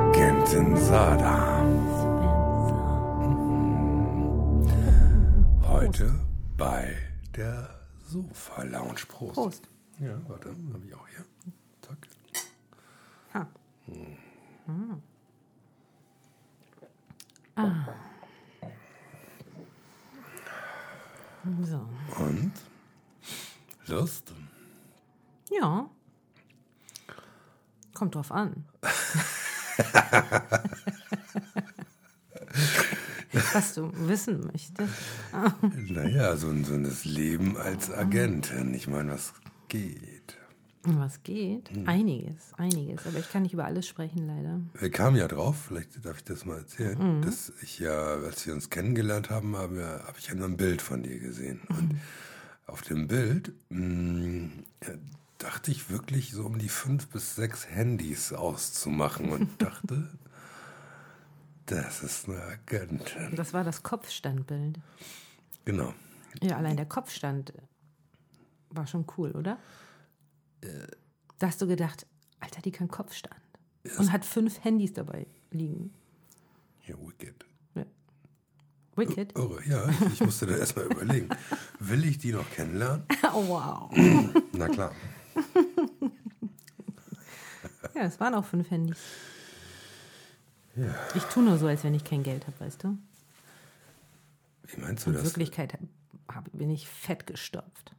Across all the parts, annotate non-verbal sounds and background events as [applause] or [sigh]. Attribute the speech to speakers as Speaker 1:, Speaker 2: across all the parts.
Speaker 1: and Soda. Heute bei der Sofa Lounge. Prost.
Speaker 2: Prost.
Speaker 1: Ja, warte, habe ich auch hier. Zack.
Speaker 2: Ha. So.
Speaker 1: Und Lust?
Speaker 2: Ja. Kommt drauf an. Was du wissen möchtest.
Speaker 1: Naja, so ein, so ein das Leben als Agentin. Ich meine, was geht?
Speaker 2: um Was geht? Einiges, einiges. Aber ich kann nicht über alles sprechen, leider.
Speaker 1: Wir kamen Äh, ja drauf, vielleicht darf ich das mal erzählen, dass ich ja, als wir uns kennengelernt haben, habe wir- habe ich ja nur ein Bild von dir gesehen. Und auf dem Bild mh, ja, dachte ich wirklich so um die fünf bis sechs Handys auszumachen und dachte, das ist eine Agentin.
Speaker 2: Das war das Kopfstandbild.
Speaker 1: Genau.
Speaker 2: Ja, allein der Kopfstand war schon cool, oder? Da hast du gedacht, Alter, die kann Kopfstand. Und hat fünf Handys dabei liegen.
Speaker 1: Ja, wicked. [laughs]
Speaker 2: Wicked. [laughs]
Speaker 1: Irre, ja, ich, ich musste da erstmal überlegen. Will ich die noch kennenlernen?
Speaker 2: Oh, wow.
Speaker 1: Na klar.
Speaker 2: Ja, es waren auch fünf Handys. Ich tue nur so, als wenn ich kein Geld habe, weißt du?
Speaker 1: Wie meinst du
Speaker 2: In
Speaker 1: das?
Speaker 2: Wirklichkeit hab- hab, bin ich fett gestopft.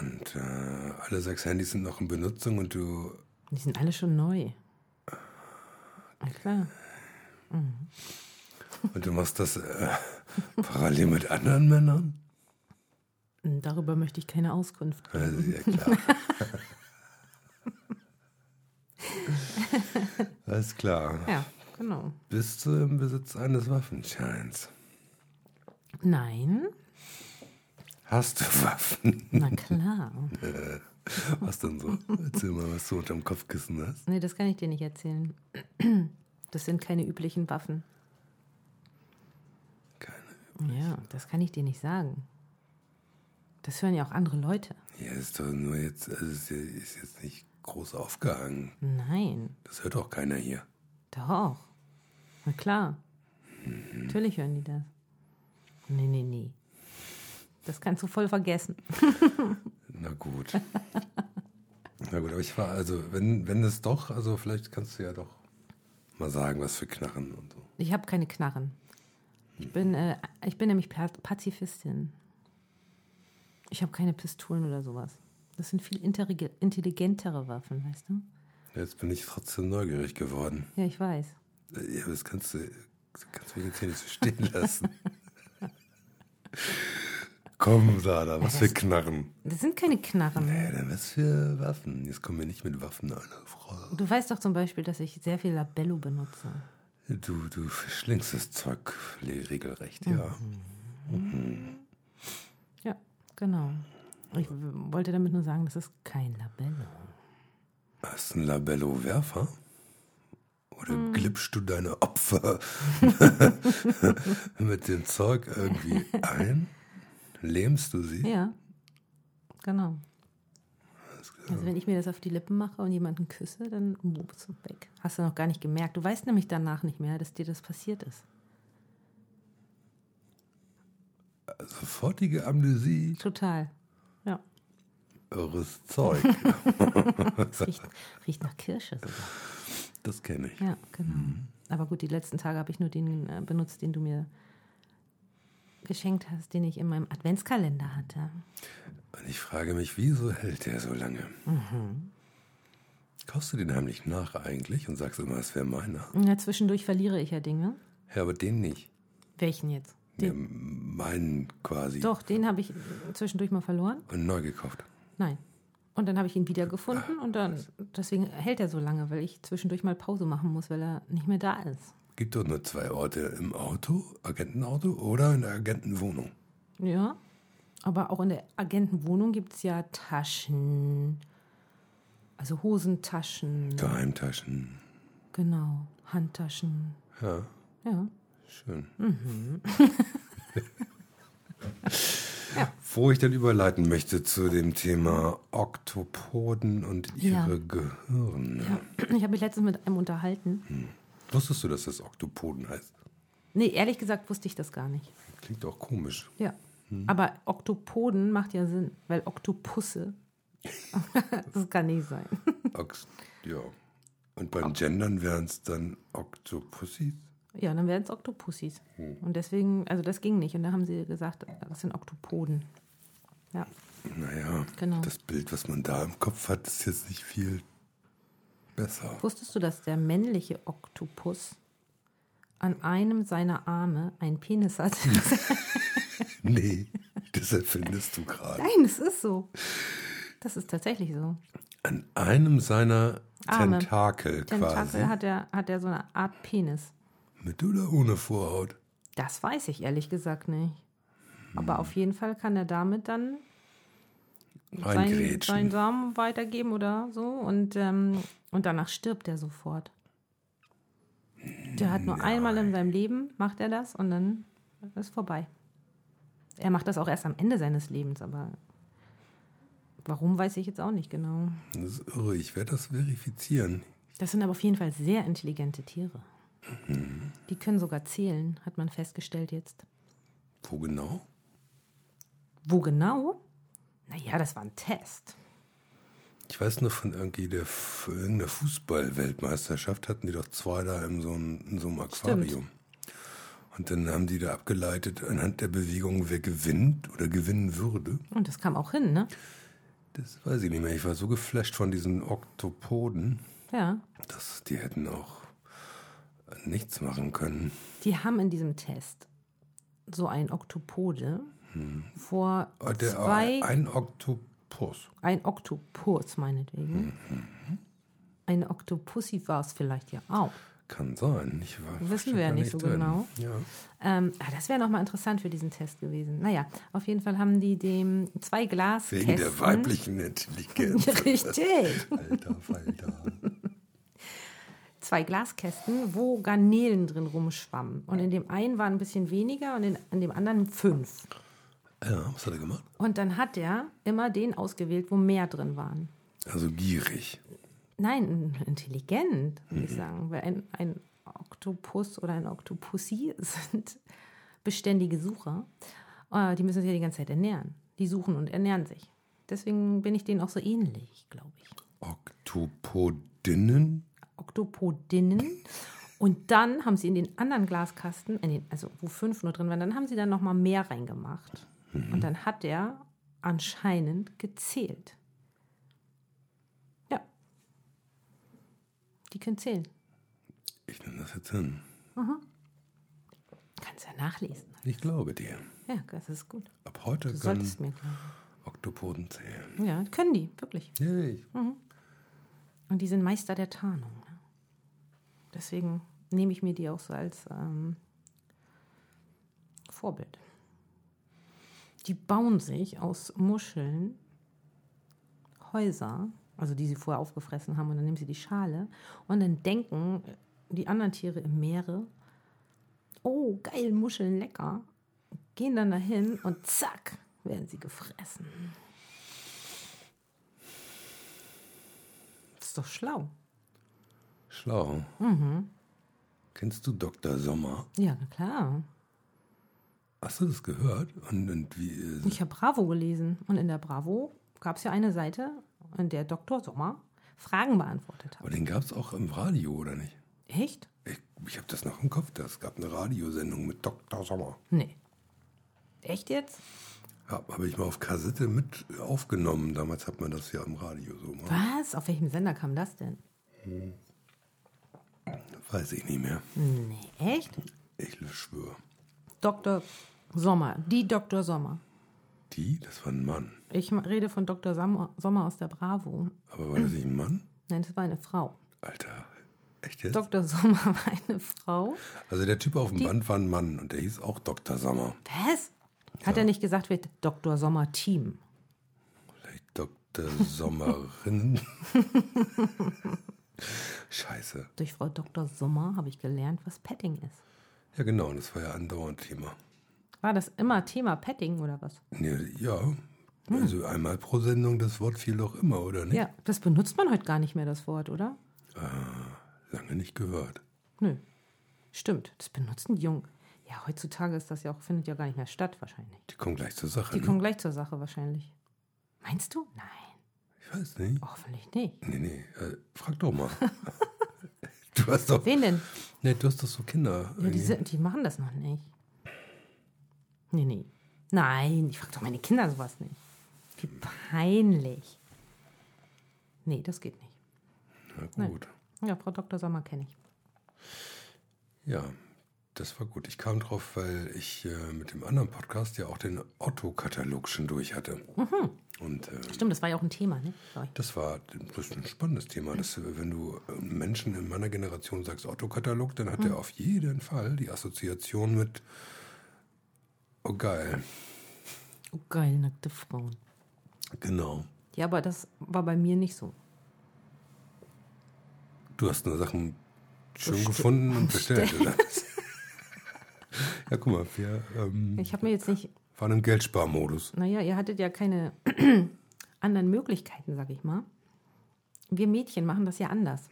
Speaker 1: Und äh, alle sechs Handys sind noch in Benutzung und du
Speaker 2: Die sind alle schon neu. Na klar.
Speaker 1: Und du machst das äh, [laughs] parallel mit anderen Männern?
Speaker 2: Und Darüber möchte ich keine Auskunft.
Speaker 1: Also, ja, klar. Alles klar.
Speaker 2: Ja, genau.
Speaker 1: Bist du im Besitz eines Waffenscheins?
Speaker 2: Nein?
Speaker 1: Hast du Waffen? [laughs]
Speaker 2: Na klar.
Speaker 1: Was denn so? Erzähl mal, was du unterm Kopfkissen hast.
Speaker 2: Nee, das kann ich dir nicht erzählen. Das sind keine üblichen Waffen.
Speaker 1: Keine.
Speaker 2: Ja, das kann ich dir nicht sagen. Das hören ja auch andere Leute.
Speaker 1: Ja, ist doch nur jetzt, also ist ja- ist jetzt nicht groß aufgehangen.
Speaker 2: Nein,
Speaker 1: Das hört doch keiner hier.
Speaker 2: doch. Na klar. Natürlich hören die das. Nee, nee, nee. Das kannst du voll vergessen.
Speaker 1: Na gut. [laughs] Na gut, aber ich war, also, wenn, wenn es doch, also vielleicht kannst du ja doch mal sagen, was für Knarren und so.
Speaker 2: Ich habe keine Knarren. Ich bin, äh, ich bin nämlich Pa- Pazifistin. Ich habe keine Pistolen oder sowas. Das sind viel interige- intelligentere Waffen, weißt du?
Speaker 1: Jetzt bin ich trotzdem neugierig geworden.
Speaker 2: Ja, ich weiß.
Speaker 1: Äh, Ja, aber das kannst du, das kannst du mich jetzt hier nicht so stehen [laughs] lassen. Komm, Sada, was für Knarren.
Speaker 2: Das sind keine Knarren.
Speaker 1: Ja, dann was für Waffen. Jetzt kommen wir nicht mit Waffen an. Frau.
Speaker 2: Du weißt doch zum Beispiel, dass ich sehr viel Labello benutze.
Speaker 1: Du, du verschlingst das Zeug le- regelrecht, ja.
Speaker 2: Ja, genau. Ich w- wollte damit nur sagen, das ist kein Labello.
Speaker 1: Hast du einen Labello-Werfer? Oder glitschst du deine Opfer mit dem Zeug irgendwie ein? Lähmst du sie?
Speaker 2: Ja, genau. Also wenn ich mir das auf die Lippen mache und jemanden küsse, dann wups, weg. Hast du noch gar nicht gemerkt. Du weißt nämlich danach nicht mehr, dass dir das passiert ist.
Speaker 1: Sofortige Amnesie,
Speaker 2: Total. Ja,
Speaker 1: irres Zeug.
Speaker 2: es riecht, riecht nach Kirsche sogar.
Speaker 1: Das kenne ich.
Speaker 2: Ja, genau. Aber gut, die letzten Tage habe ich nur den äh, benutzt, den du mir geschenkt hast, den ich in meinem Adventskalender hatte.
Speaker 1: Und ich frage mich, wieso hält der so lange? Kaufst du den heimlich nach eigentlich und sagst immer, es wäre meiner?
Speaker 2: Ja, zwischendurch verliere ich ja Dinge.
Speaker 1: Ja, aber den nicht.
Speaker 2: Welchen jetzt?
Speaker 1: Ja, meinen quasi.
Speaker 2: Doch, den habe ich zwischendurch mal verloren.
Speaker 1: Und neu gekauft.
Speaker 2: Nein. Und dann habe ich ihn wiedergefunden und dann, deswegen hält er so lange, weil ich zwischendurch mal Pause machen muss, weil er nicht mehr da ist.
Speaker 1: Gibt doch nur zwei Orte im Auto, Agentenauto oder in der Agentenwohnung.
Speaker 2: Ja. Aber auch in der Agentenwohnung gibt es ja Taschen. Also Hosentaschen,
Speaker 1: Geheimtaschen.
Speaker 2: genau. Handtaschen.
Speaker 1: Ja,
Speaker 2: Ja.
Speaker 1: schön.
Speaker 2: Mhm. [laughs]
Speaker 1: Wo ich dann überleiten möchte zu dem Thema Oktopoden und ihre
Speaker 2: Ja.
Speaker 1: Gehirne.
Speaker 2: ja. Ich habe mich letztens mit einem unterhalten.
Speaker 1: Wusstest du, dass das Oktopoden heißt?
Speaker 2: Nee, ehrlich gesagt wusste ich das gar nicht.
Speaker 1: Klingt auch komisch.
Speaker 2: Ja. Aber Oktopoden macht ja Sinn, weil Oktopusse. [laughs] das kann nicht sein.
Speaker 1: Ox ja. Und beim Gendern wären es dann Oktopussys?
Speaker 2: Ja, dann wären es Oktopussis. Und deswegen, also das ging nicht. Und da haben sie gesagt, das sind Oktopoden. Ja.
Speaker 1: Naja,
Speaker 2: Genau.
Speaker 1: das Bild, was man da im Kopf hat, ist jetzt nicht viel besser.
Speaker 2: Wusstest du, dass der männliche Oktopus an einem seiner Arme einen Penis hat? [laughs]
Speaker 1: Nee, [laughs] das erfindest du gerade.
Speaker 2: Nein, es ist so. Das ist tatsächlich so.
Speaker 1: An einem seiner
Speaker 2: Arme.
Speaker 1: Tentakel quasi.
Speaker 2: Tentakel hat er, hat er so eine Art Penis.
Speaker 1: Mit oder ohne Vorhaut?
Speaker 2: Das weiß ich ehrlich gesagt nicht. Aber auf jeden Fall kann er damit dann seinen,
Speaker 1: Reingrätschen.
Speaker 2: seinen Samen weitergeben oder so. Und, ähm, und danach stirbt er sofort. Der hat nur einmal in seinem Leben, macht er das und dann ist vorbei. Er macht das auch erst am Ende seines Lebens, aber warum weiß ich jetzt auch nicht genau.
Speaker 1: Das ist irre, ich werde das verifizieren.
Speaker 2: Das sind aber auf jeden Fall sehr intelligente Tiere. Die können sogar zählen, hat man festgestellt jetzt.
Speaker 1: Wo genau?
Speaker 2: Wo genau? Naja, das war ein Test.
Speaker 1: Ich weiß nur von irgendwie der, F- irgendeiner Fußball-Weltmeisterschaft hatten die doch zwei da in so einem, in so einem Aquarium. Und dann haben die da abgeleitet anhand der Bewegung, wer gewinnt oder gewinnen würde.
Speaker 2: Und das kam auch hin, ne?
Speaker 1: Das weiß ich nicht mehr. Ich war so geflasht von diesen Oktopoden,
Speaker 2: Ja.
Speaker 1: dass die hätten auch nichts machen können.
Speaker 2: Die haben in diesem Test so ein Oktopode vor
Speaker 1: Ah, Der,
Speaker 2: zwei,
Speaker 1: ein
Speaker 2: ein,
Speaker 1: Oktopus.
Speaker 2: Oktopus meinetwegen. Eine Oktopussy war es vielleicht ja auch.
Speaker 1: Kann sein. Ich war,
Speaker 2: Wissen
Speaker 1: steck
Speaker 2: wir ja
Speaker 1: da
Speaker 2: nicht so
Speaker 1: drin.
Speaker 2: genau.
Speaker 1: Ja.
Speaker 2: Ähm, ah, das wäre nochmal interessant für diesen Test gewesen. Naja, auf jeden Fall haben die dem zwei Glas
Speaker 1: Wegen der
Speaker 2: Testen-
Speaker 1: weiblichen Intelligenz.
Speaker 2: [laughs] Ja, Richtig.
Speaker 1: Alter Falter.
Speaker 2: zwei Glaskästen, wo Garnelen drin rumschwammen. Und in dem einen waren ein bisschen weniger und in, in dem anderen fünf.
Speaker 1: Ja, was hat er gemacht?
Speaker 2: Und dann hat er immer den ausgewählt, wo mehr drin waren.
Speaker 1: Also gierig.
Speaker 2: Nein, intelligent, würde ich sagen. Weil ein, ein Oktopus oder ein Oktopussi [laughs] sind beständige Sucher. Äh, die müssen sich ja die ganze Zeit ernähren. Die suchen und ernähren sich. Deswegen bin ich denen auch so ähnlich, glaube ich.
Speaker 1: Oktopodinnen?
Speaker 2: Oktopodinnen. Und dann haben sie in den anderen Glaskasten, in den, also wo fünf nur drin waren, dann haben sie dann nochmal mehr reingemacht. Und dann hat er anscheinend gezählt. Ja. Die können zählen.
Speaker 1: Ich nehme das jetzt hin.
Speaker 2: Kannst ja nachlesen.
Speaker 1: Ich glaube dir.
Speaker 2: Ja, das ist gut.
Speaker 1: Ab heute
Speaker 2: Du
Speaker 1: können
Speaker 2: solltest mir glauben.
Speaker 1: Oktopoden zählen.
Speaker 2: Ja, können die, wirklich.
Speaker 1: Yay.
Speaker 2: Und die sind Meister der Tarnung. ne? Deswegen nehme ich mir die auch so als ähm, Vorbild. Die bauen sich aus Muscheln Häuser, also die sie vorher aufgefressen haben, und dann nehmen sie die Schale und dann denken die anderen Tiere im Meere, oh geil, Muscheln lecker, gehen dann dahin und zack, werden sie gefressen. ist doch schlau.
Speaker 1: Schlau.
Speaker 2: Mhm.
Speaker 1: Kennst du Dr. Sommer?
Speaker 2: Ja, na klar.
Speaker 1: Hast du das gehört? Und, und wie. äh,
Speaker 2: Ich habe Bravo gelesen und in der Bravo gab es ja eine Seite, in der Dr. Sommer Fragen beantwortet hat.
Speaker 1: Aber den gab es auch im Radio, oder nicht?
Speaker 2: Echt?
Speaker 1: Ich, ich habe das noch im Kopf. Es gab eine Radiosendung mit Dr. Sommer.
Speaker 2: Nee. Echt jetzt?
Speaker 1: Ja, habe ich mal auf Kassette mit aufgenommen. Damals hat man das ja im Radio so mal.
Speaker 2: Was? Auf welchem Sender kam das denn?
Speaker 1: Weiß ich nicht mehr.
Speaker 2: Nee, echt?
Speaker 1: Ich schwöre.
Speaker 2: Dr. Sommer, die Dr. Sommer.
Speaker 1: Die, das war ein Mann.
Speaker 2: Ich ma- rede von Dr. Sam Sommer aus der Bravo.
Speaker 1: Aber war das nicht ein Mann?
Speaker 2: Nein, das war eine Frau.
Speaker 1: Alter, echt jetzt?
Speaker 2: Dr. Sommer [laughs] war eine Frau.
Speaker 1: also der Typ auf dem Band war ein Mann und der hieß auch Dr. Sommer.
Speaker 2: Was? Hat er nicht gesagt, wird Dr. Sommer Team?
Speaker 1: Vielleicht Dr. Sommerin. [laughs] Scheiße.
Speaker 2: Durch Frau Dr. Sommer habe ich gelernt, was Petting ist.
Speaker 1: Ja genau, das war ja andauernd Thema.
Speaker 2: War das immer Thema Petting oder was?
Speaker 1: Nee, ja, also einmal pro Sendung, das Wort fiel doch immer, oder nicht?
Speaker 2: Ja, das benutzt man heute gar nicht mehr, das Wort, oder?
Speaker 1: Lange nicht gehört.
Speaker 2: Nö. Stimmt, das benutzen die Jungen. Ja, heutzutage ist das ja auch, findet ja gar nicht mehr statt wahrscheinlich.
Speaker 1: Die kommen gleich zur Sache.
Speaker 2: Die
Speaker 1: ne?
Speaker 2: kommen gleich zur Sache wahrscheinlich. Meinst du? Nein,
Speaker 1: ich weiß nicht.
Speaker 2: hoffentlich nicht.
Speaker 1: Nee, nee, äh, frag doch
Speaker 2: [laughs]
Speaker 1: mal. du hast doch.
Speaker 2: Wen denn?
Speaker 1: Nee, du hast doch so Kinder.
Speaker 2: Ja, die, sind, die machen das noch nicht. Nee, nee. Nein, ich frage doch meine Kinder sowas nicht. Wie peinlich. Nee, das geht nicht.
Speaker 1: Na gut.
Speaker 2: Ja, Frau Dr. Sommer kenne ich.
Speaker 1: Ja, das war gut. Ich kam drauf, weil ich äh, mit dem anderen Podcast ja auch den Otto-Katalog schon durch hatte.
Speaker 2: Mhm.
Speaker 1: Und äh,
Speaker 2: Stimmt, das war ja auch ein Thema, ne? Sorry.
Speaker 1: das war das ist ein spannendes Thema. Dass, äh, wenn du äh, Menschen in meiner Generation sagst Otto-Katalog, dann hat
Speaker 2: Mhm.
Speaker 1: er auf jeden Fall die Assoziation mit Oh geil.
Speaker 2: Oh, geil, nackte Frauen.
Speaker 1: Genau.
Speaker 2: Ja, aber das war bei mir nicht so.
Speaker 1: Du hast nur Sachen schön gefunden und bestellt. Oder? [laughs] ja, guck mal, wir ähm,
Speaker 2: Ich habe mir jetzt nicht
Speaker 1: waren im Geldsparmodus.
Speaker 2: Naja, ihr hattet ja keine [clears throat] anderen Möglichkeiten, sag ich mal. Wir Mädchen machen das ja anders.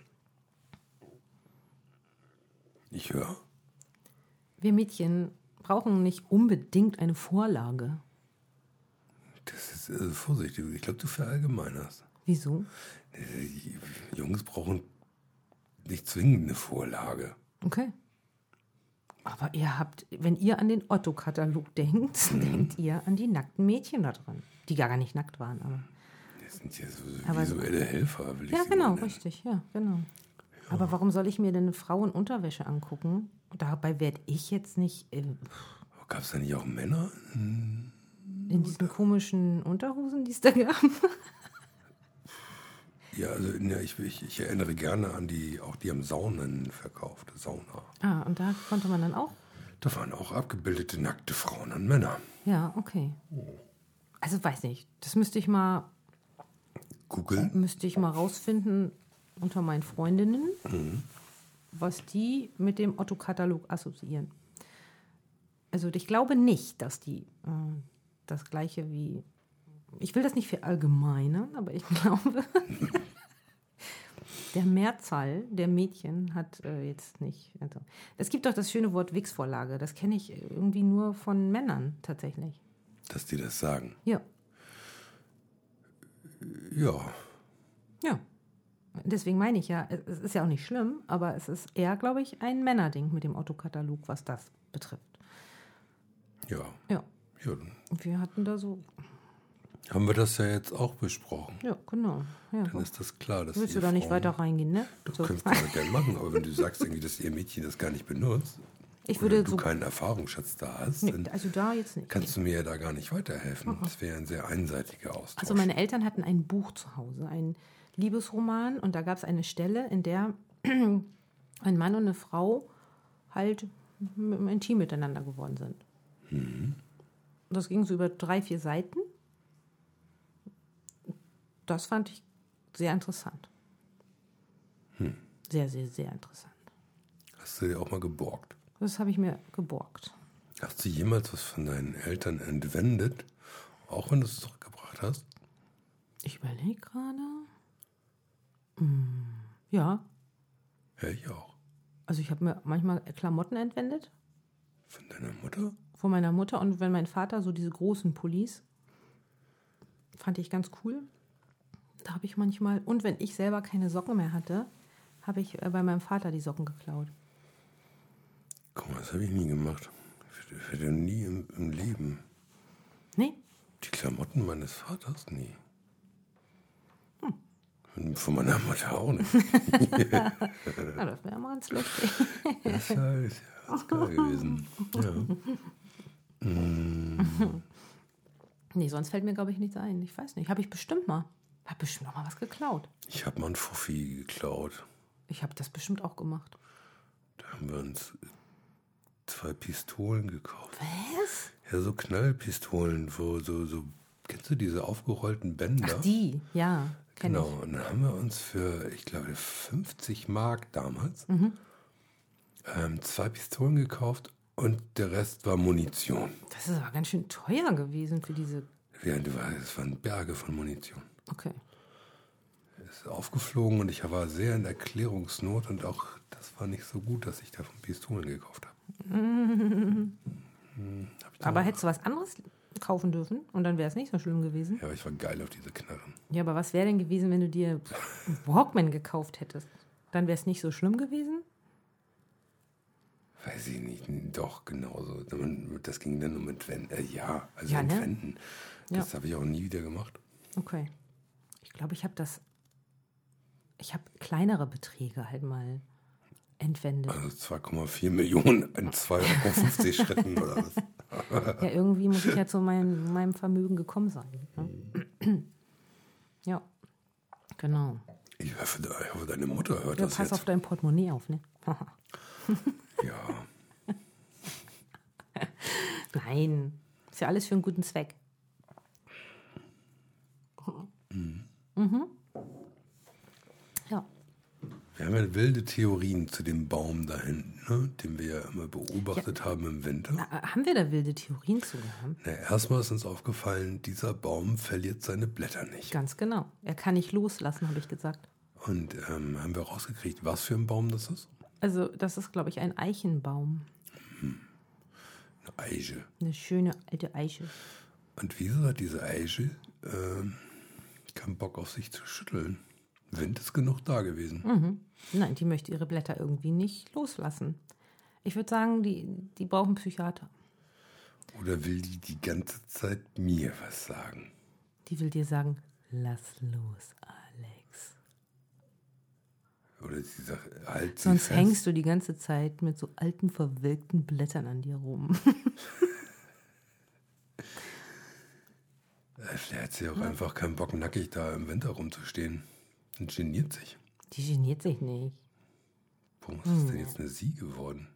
Speaker 1: Ich höre.
Speaker 2: Wir Mädchen brauchen nicht unbedingt eine Vorlage.
Speaker 1: Das ist äh, vorsichtig. Ich glaube, du verallgemeinerst.
Speaker 2: Wieso?
Speaker 1: Äh, Jungs brauchen nicht zwingend eine Vorlage.
Speaker 2: Okay. Aber ihr habt, wenn ihr an den Otto-Katalog [laughs] denkt, denkt ihr an die nackten Mädchen da dran. Die gar nicht nackt waren, aber.
Speaker 1: Das sind ja so
Speaker 2: Aber-
Speaker 1: visuelle Helfer, will ich
Speaker 2: Ja,
Speaker 1: sie
Speaker 2: genau,
Speaker 1: mal nennen.
Speaker 2: richtig, ja, genau. Aber warum soll ich mir denn eine Frauenunterwäsche angucken? Dabei werde ich jetzt nicht äh,
Speaker 1: Gab es da nicht auch Männer?
Speaker 2: in diesen komischen Unterhosen, die es da gab.
Speaker 1: Ja, also ja, ich, ich, ich erinnere gerne an die, auch die haben Saunen verkauft, Sauna.
Speaker 2: Ah, und da konnte man dann auch
Speaker 1: Da waren auch abgebildete nackte Frauen und Männer.
Speaker 2: Ja, okay. Also weiß nicht. Das müsste ich mal,
Speaker 1: Googeln?
Speaker 2: müsste ich mal rausfinden unter meinen Freundinnen, was die mit dem Otto-Katalog assoziieren. Also ich glaube nicht, dass die äh, das gleiche wie. Ich will das nicht verallgemeinern, aber ich [laughs] glaube, der Mehrzahl der Mädchen hat äh, jetzt nicht. Also, es gibt doch das schöne Wort Wix-Vorlage. Das kenne ich irgendwie nur von Männern tatsächlich.
Speaker 1: Dass die das sagen.
Speaker 2: Ja,
Speaker 1: Ja,
Speaker 2: Ja. Deswegen meine ich ja, es ist ja auch nicht schlimm, aber es ist eher, glaube ich, ein Männerding mit dem Otto-Katalog, was das betrifft.
Speaker 1: ja,
Speaker 2: Ja,
Speaker 1: ja. Dann
Speaker 2: und wir hatten da so,
Speaker 1: haben wir das ja jetzt auch besprochen.
Speaker 2: ja, genau. Ja.
Speaker 1: Dann ist das klar, dass
Speaker 2: Willst
Speaker 1: ihr
Speaker 2: du da nicht
Speaker 1: Frauen-
Speaker 2: weiter reingehen, ne?
Speaker 1: Du
Speaker 2: So.
Speaker 1: könntest das gerne machen, aber wenn du sagst, irgendwie, dass ihr Mädchen das gar nicht benutzt,
Speaker 2: [laughs] Ich
Speaker 1: oder
Speaker 2: würde
Speaker 1: du
Speaker 2: so,
Speaker 1: keinen Erfahrungsschatz da hast,
Speaker 2: nee,
Speaker 1: dann
Speaker 2: also da jetzt nicht.
Speaker 1: kannst du mir ja da gar nicht weiterhelfen. Das wäre ein sehr einseitiger Austausch.
Speaker 2: Also meine Eltern hatten ein Buch zu Hause, ein Liebesroman und da gab es eine Stelle, in der [clears throat] ein Mann und eine Frau halt m- intim miteinander geworden sind. Das ging so über drei, vier Seiten. Das fand ich sehr interessant. Sehr, sehr, sehr interessant.
Speaker 1: hast du dir auch mal geborgt?
Speaker 2: Das habe ich mir geborgt.
Speaker 1: Hast du jemals was von deinen Eltern entwendet, auch wenn du es zurückgebracht hast?
Speaker 2: Ich überlege gerade. Hm, Ja,
Speaker 1: Ja, ich auch.
Speaker 2: also ich habe mir manchmal Klamotten entwendet.
Speaker 1: Von deiner Mutter?
Speaker 2: von meiner Mutter und wenn mein Vater so diese großen Pullis fand ich ganz cool. Da habe ich manchmal und wenn ich selber keine Socken mehr hatte, habe ich äh, bei meinem Vater die Socken geklaut.
Speaker 1: Guck mal, das habe ich nie gemacht. Ich hätte nie im, im Leben.
Speaker 2: Nee,
Speaker 1: Die Klamotten meines Vaters nie. Und von meiner Mutter auch nicht.
Speaker 2: [laughs] na, das wäre mal ganz lustig.
Speaker 1: Das ist ja, ist ja ist
Speaker 2: [laughs]
Speaker 1: geil gewesen. Ja.
Speaker 2: Nee, sonst fällt mir glaube ich nichts ein. Ich weiß nicht, habe ich bestimmt mal. Habe bestimmt noch mal was geklaut.
Speaker 1: Ich habe mal einen Fuffi geklaut.
Speaker 2: Ich habe das bestimmt auch gemacht.
Speaker 1: Da haben wir uns zwei Pistolen gekauft.
Speaker 2: Was?
Speaker 1: Ja, so Knallpistolen, wo so, so, kennst du diese aufgerollten Bänder?
Speaker 2: Ach die, ja, kenne
Speaker 1: genau. Und dann haben wir uns für, ich glaube, 50 Mark damals
Speaker 2: Mhm.
Speaker 1: ähm, zwei Pistolen gekauft und der Rest war Munition.
Speaker 2: ich. Das ist aber ganz schön teuer gewesen für diese.
Speaker 1: Ja, du weißt, es waren Berge von Munition.
Speaker 2: Okay.
Speaker 1: ist aufgeflogen und ich war sehr in Erklärungsnot und auch das war nicht so gut, dass ich davon Pistolen gekauft habe.
Speaker 3: Hm, hab ich dann-
Speaker 2: Aber hättest du was anderes kaufen dürfen und dann wäre es nicht so schlimm gewesen.
Speaker 1: Ja, aber ich war geil auf diese Knarren.
Speaker 2: Ja, aber was wäre denn gewesen, wenn du dir einen Walkman gekauft hättest? Dann wäre es nicht so schlimm gewesen?
Speaker 1: Weiß ich nicht, doch, genauso. Das ging dann um Entwenden. Äh, ja, also
Speaker 2: Ja, ne?
Speaker 1: Entwenden. Das habe ich auch nie wieder gemacht.
Speaker 2: Okay. Ich glaube, ich habe das. Ich habe kleinere Beträge halt mal entwendet.
Speaker 1: Also 2,4 Millionen in 2,50 Euro Schritten oder was.
Speaker 2: Ja, irgendwie muss ich ja zu meinem, meinem Vermögen gekommen sein. Ne? Ja, genau.
Speaker 1: Ich hoffe, de- ich hoffe, deine Mutter hört
Speaker 2: Ja,
Speaker 1: das
Speaker 2: pass
Speaker 1: jetzt.
Speaker 2: auf dein Portemonnaie auf, ne? [laughs]
Speaker 1: Ja,
Speaker 2: Nein. Ist ja alles für einen guten Zweck. Mhm. Ja.
Speaker 1: wir haben ja wilde Theorien zu dem Baum da hinten, ne? den wir ja immer beobachtet haben im Winter.
Speaker 2: Na, äh, haben wir da wilde Theorien zu gehabt?
Speaker 1: Na, erstmal ist uns aufgefallen, dieser Baum verliert seine Blätter nicht.
Speaker 2: Ganz genau. Er kann nicht loslassen, habe ich gesagt.
Speaker 1: Und ähm, haben wir rausgekriegt, was für ein Baum das ist?
Speaker 2: Also, das ist, glaube ich, ein Eichenbaum.
Speaker 1: Eine Eiche.
Speaker 2: Eine schöne alte Eiche.
Speaker 1: Und wieso hat diese Eiche ähm, keinen Bock auf sich zu schütteln? Wind ist genug da gewesen.
Speaker 2: Mhm. Nein, die möchte ihre Blätter irgendwie nicht loslassen. Ich würde sagen, die, die brauchen Psychiater.
Speaker 1: Oder will die die ganze Zeit mir was sagen?
Speaker 2: Die will dir sagen, lass los, Alex.
Speaker 1: Oder sie sagt, halt sie
Speaker 2: Sonst
Speaker 1: fest.
Speaker 2: hängst du die ganze Zeit mit so alten, verwelkten Blättern an dir rum. [laughs]
Speaker 1: Äh, Vielleicht hat sie auch einfach keinen Bock, nackig da im Winter rumzustehen. Und geniert sich.
Speaker 2: Die geniert sich nicht.
Speaker 1: Warum ist
Speaker 2: Hm.
Speaker 1: das denn jetzt eine Sie geworden?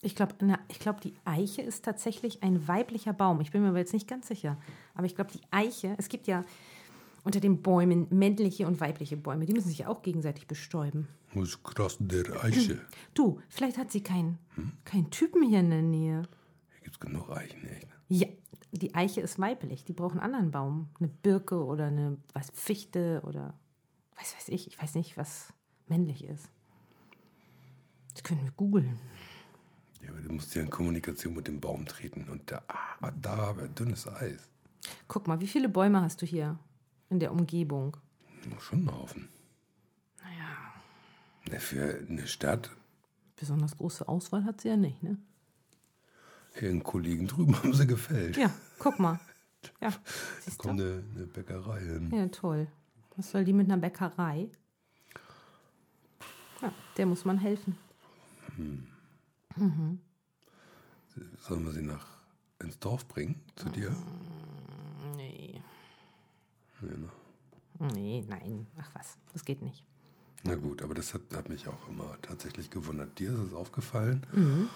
Speaker 2: Ich glaube, ich glaub, die Eiche ist tatsächlich ein weiblicher Baum. Ich bin mir aber jetzt nicht ganz sicher. Aber ich glaube, die Eiche, es gibt ja unter den Bäumen männliche und weibliche Bäume. Die müssen sich ja auch gegenseitig bestäuben.
Speaker 1: Muss krass der Eiche.
Speaker 2: [clears throat] Du, vielleicht hat sie keinen, keinen Typen hier in der Nähe.
Speaker 1: Hier gibt's genug Eichen, echt.
Speaker 2: Ja, die Eiche ist weiblich. Die brauchen einen anderen Baum. Eine Birke oder eine was, Fichte oder was weiß ich. Ich weiß nicht, was männlich ist. Das können wir googeln.
Speaker 1: Ja, aber du musst ja in Kommunikation mit dem Baum treten. Und da, ah, da haben wir dünnes Eis.
Speaker 2: Guck mal, wie viele Bäume hast du hier in der Umgebung?
Speaker 1: Muss schon einen Haufen. Naja. Na, für eine Stadt,
Speaker 2: Besonders große Auswahl hat sie ja nicht, ne?
Speaker 1: ihren Kollegen drüben [laughs] haben sie gefällt.
Speaker 2: Ja, guck mal. Ja, siehst
Speaker 1: Kommt
Speaker 2: du?
Speaker 1: eine, eine Bäckerei hin.
Speaker 2: Ja, toll. Was soll die mit einer Bäckerei? Ja, der muss man helfen.
Speaker 1: Sollen wir sie nach ins Dorf bringen? Zu dir?
Speaker 2: Mm, Nee.
Speaker 1: Ja, ne?
Speaker 2: Nee, nein. Ach was, das geht nicht.
Speaker 1: Na gut, aber das hat, hat mich auch immer tatsächlich gewundert. Dir ist es aufgefallen.
Speaker 2: Mhm.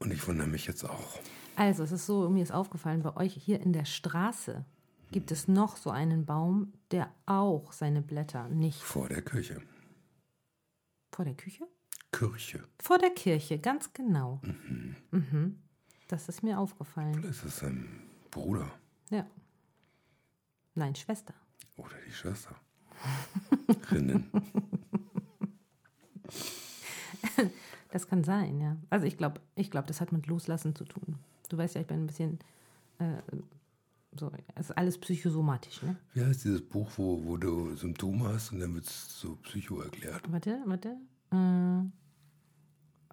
Speaker 1: Und ich wundere mich jetzt auch.
Speaker 2: Also, es ist so, mir ist aufgefallen, bei euch hier in der Straße gibt es noch so einen Baum, der auch seine Blätter nicht
Speaker 1: Vor der Kirche.
Speaker 2: vor der Küche?
Speaker 1: Kirche.
Speaker 2: Vor der Kirche, ganz genau. Mhm. Das ist mir aufgefallen.
Speaker 1: Das ist sein Bruder
Speaker 2: Ja. Nein, Schwester.
Speaker 1: oder die Schwester. [laughs] Rinnen.
Speaker 2: Das kann sein, ja. Also ich glaube, ich glaub, das hat mit Loslassen zu tun. Du weißt ja, ich bin ein bisschen äh, so, es ist alles psychosomatisch, ne?
Speaker 1: Wie heißt dieses Buch, wo, wo du Symptome hast und dann wird es so psycho erklärt?
Speaker 2: Warte, warte. Äh,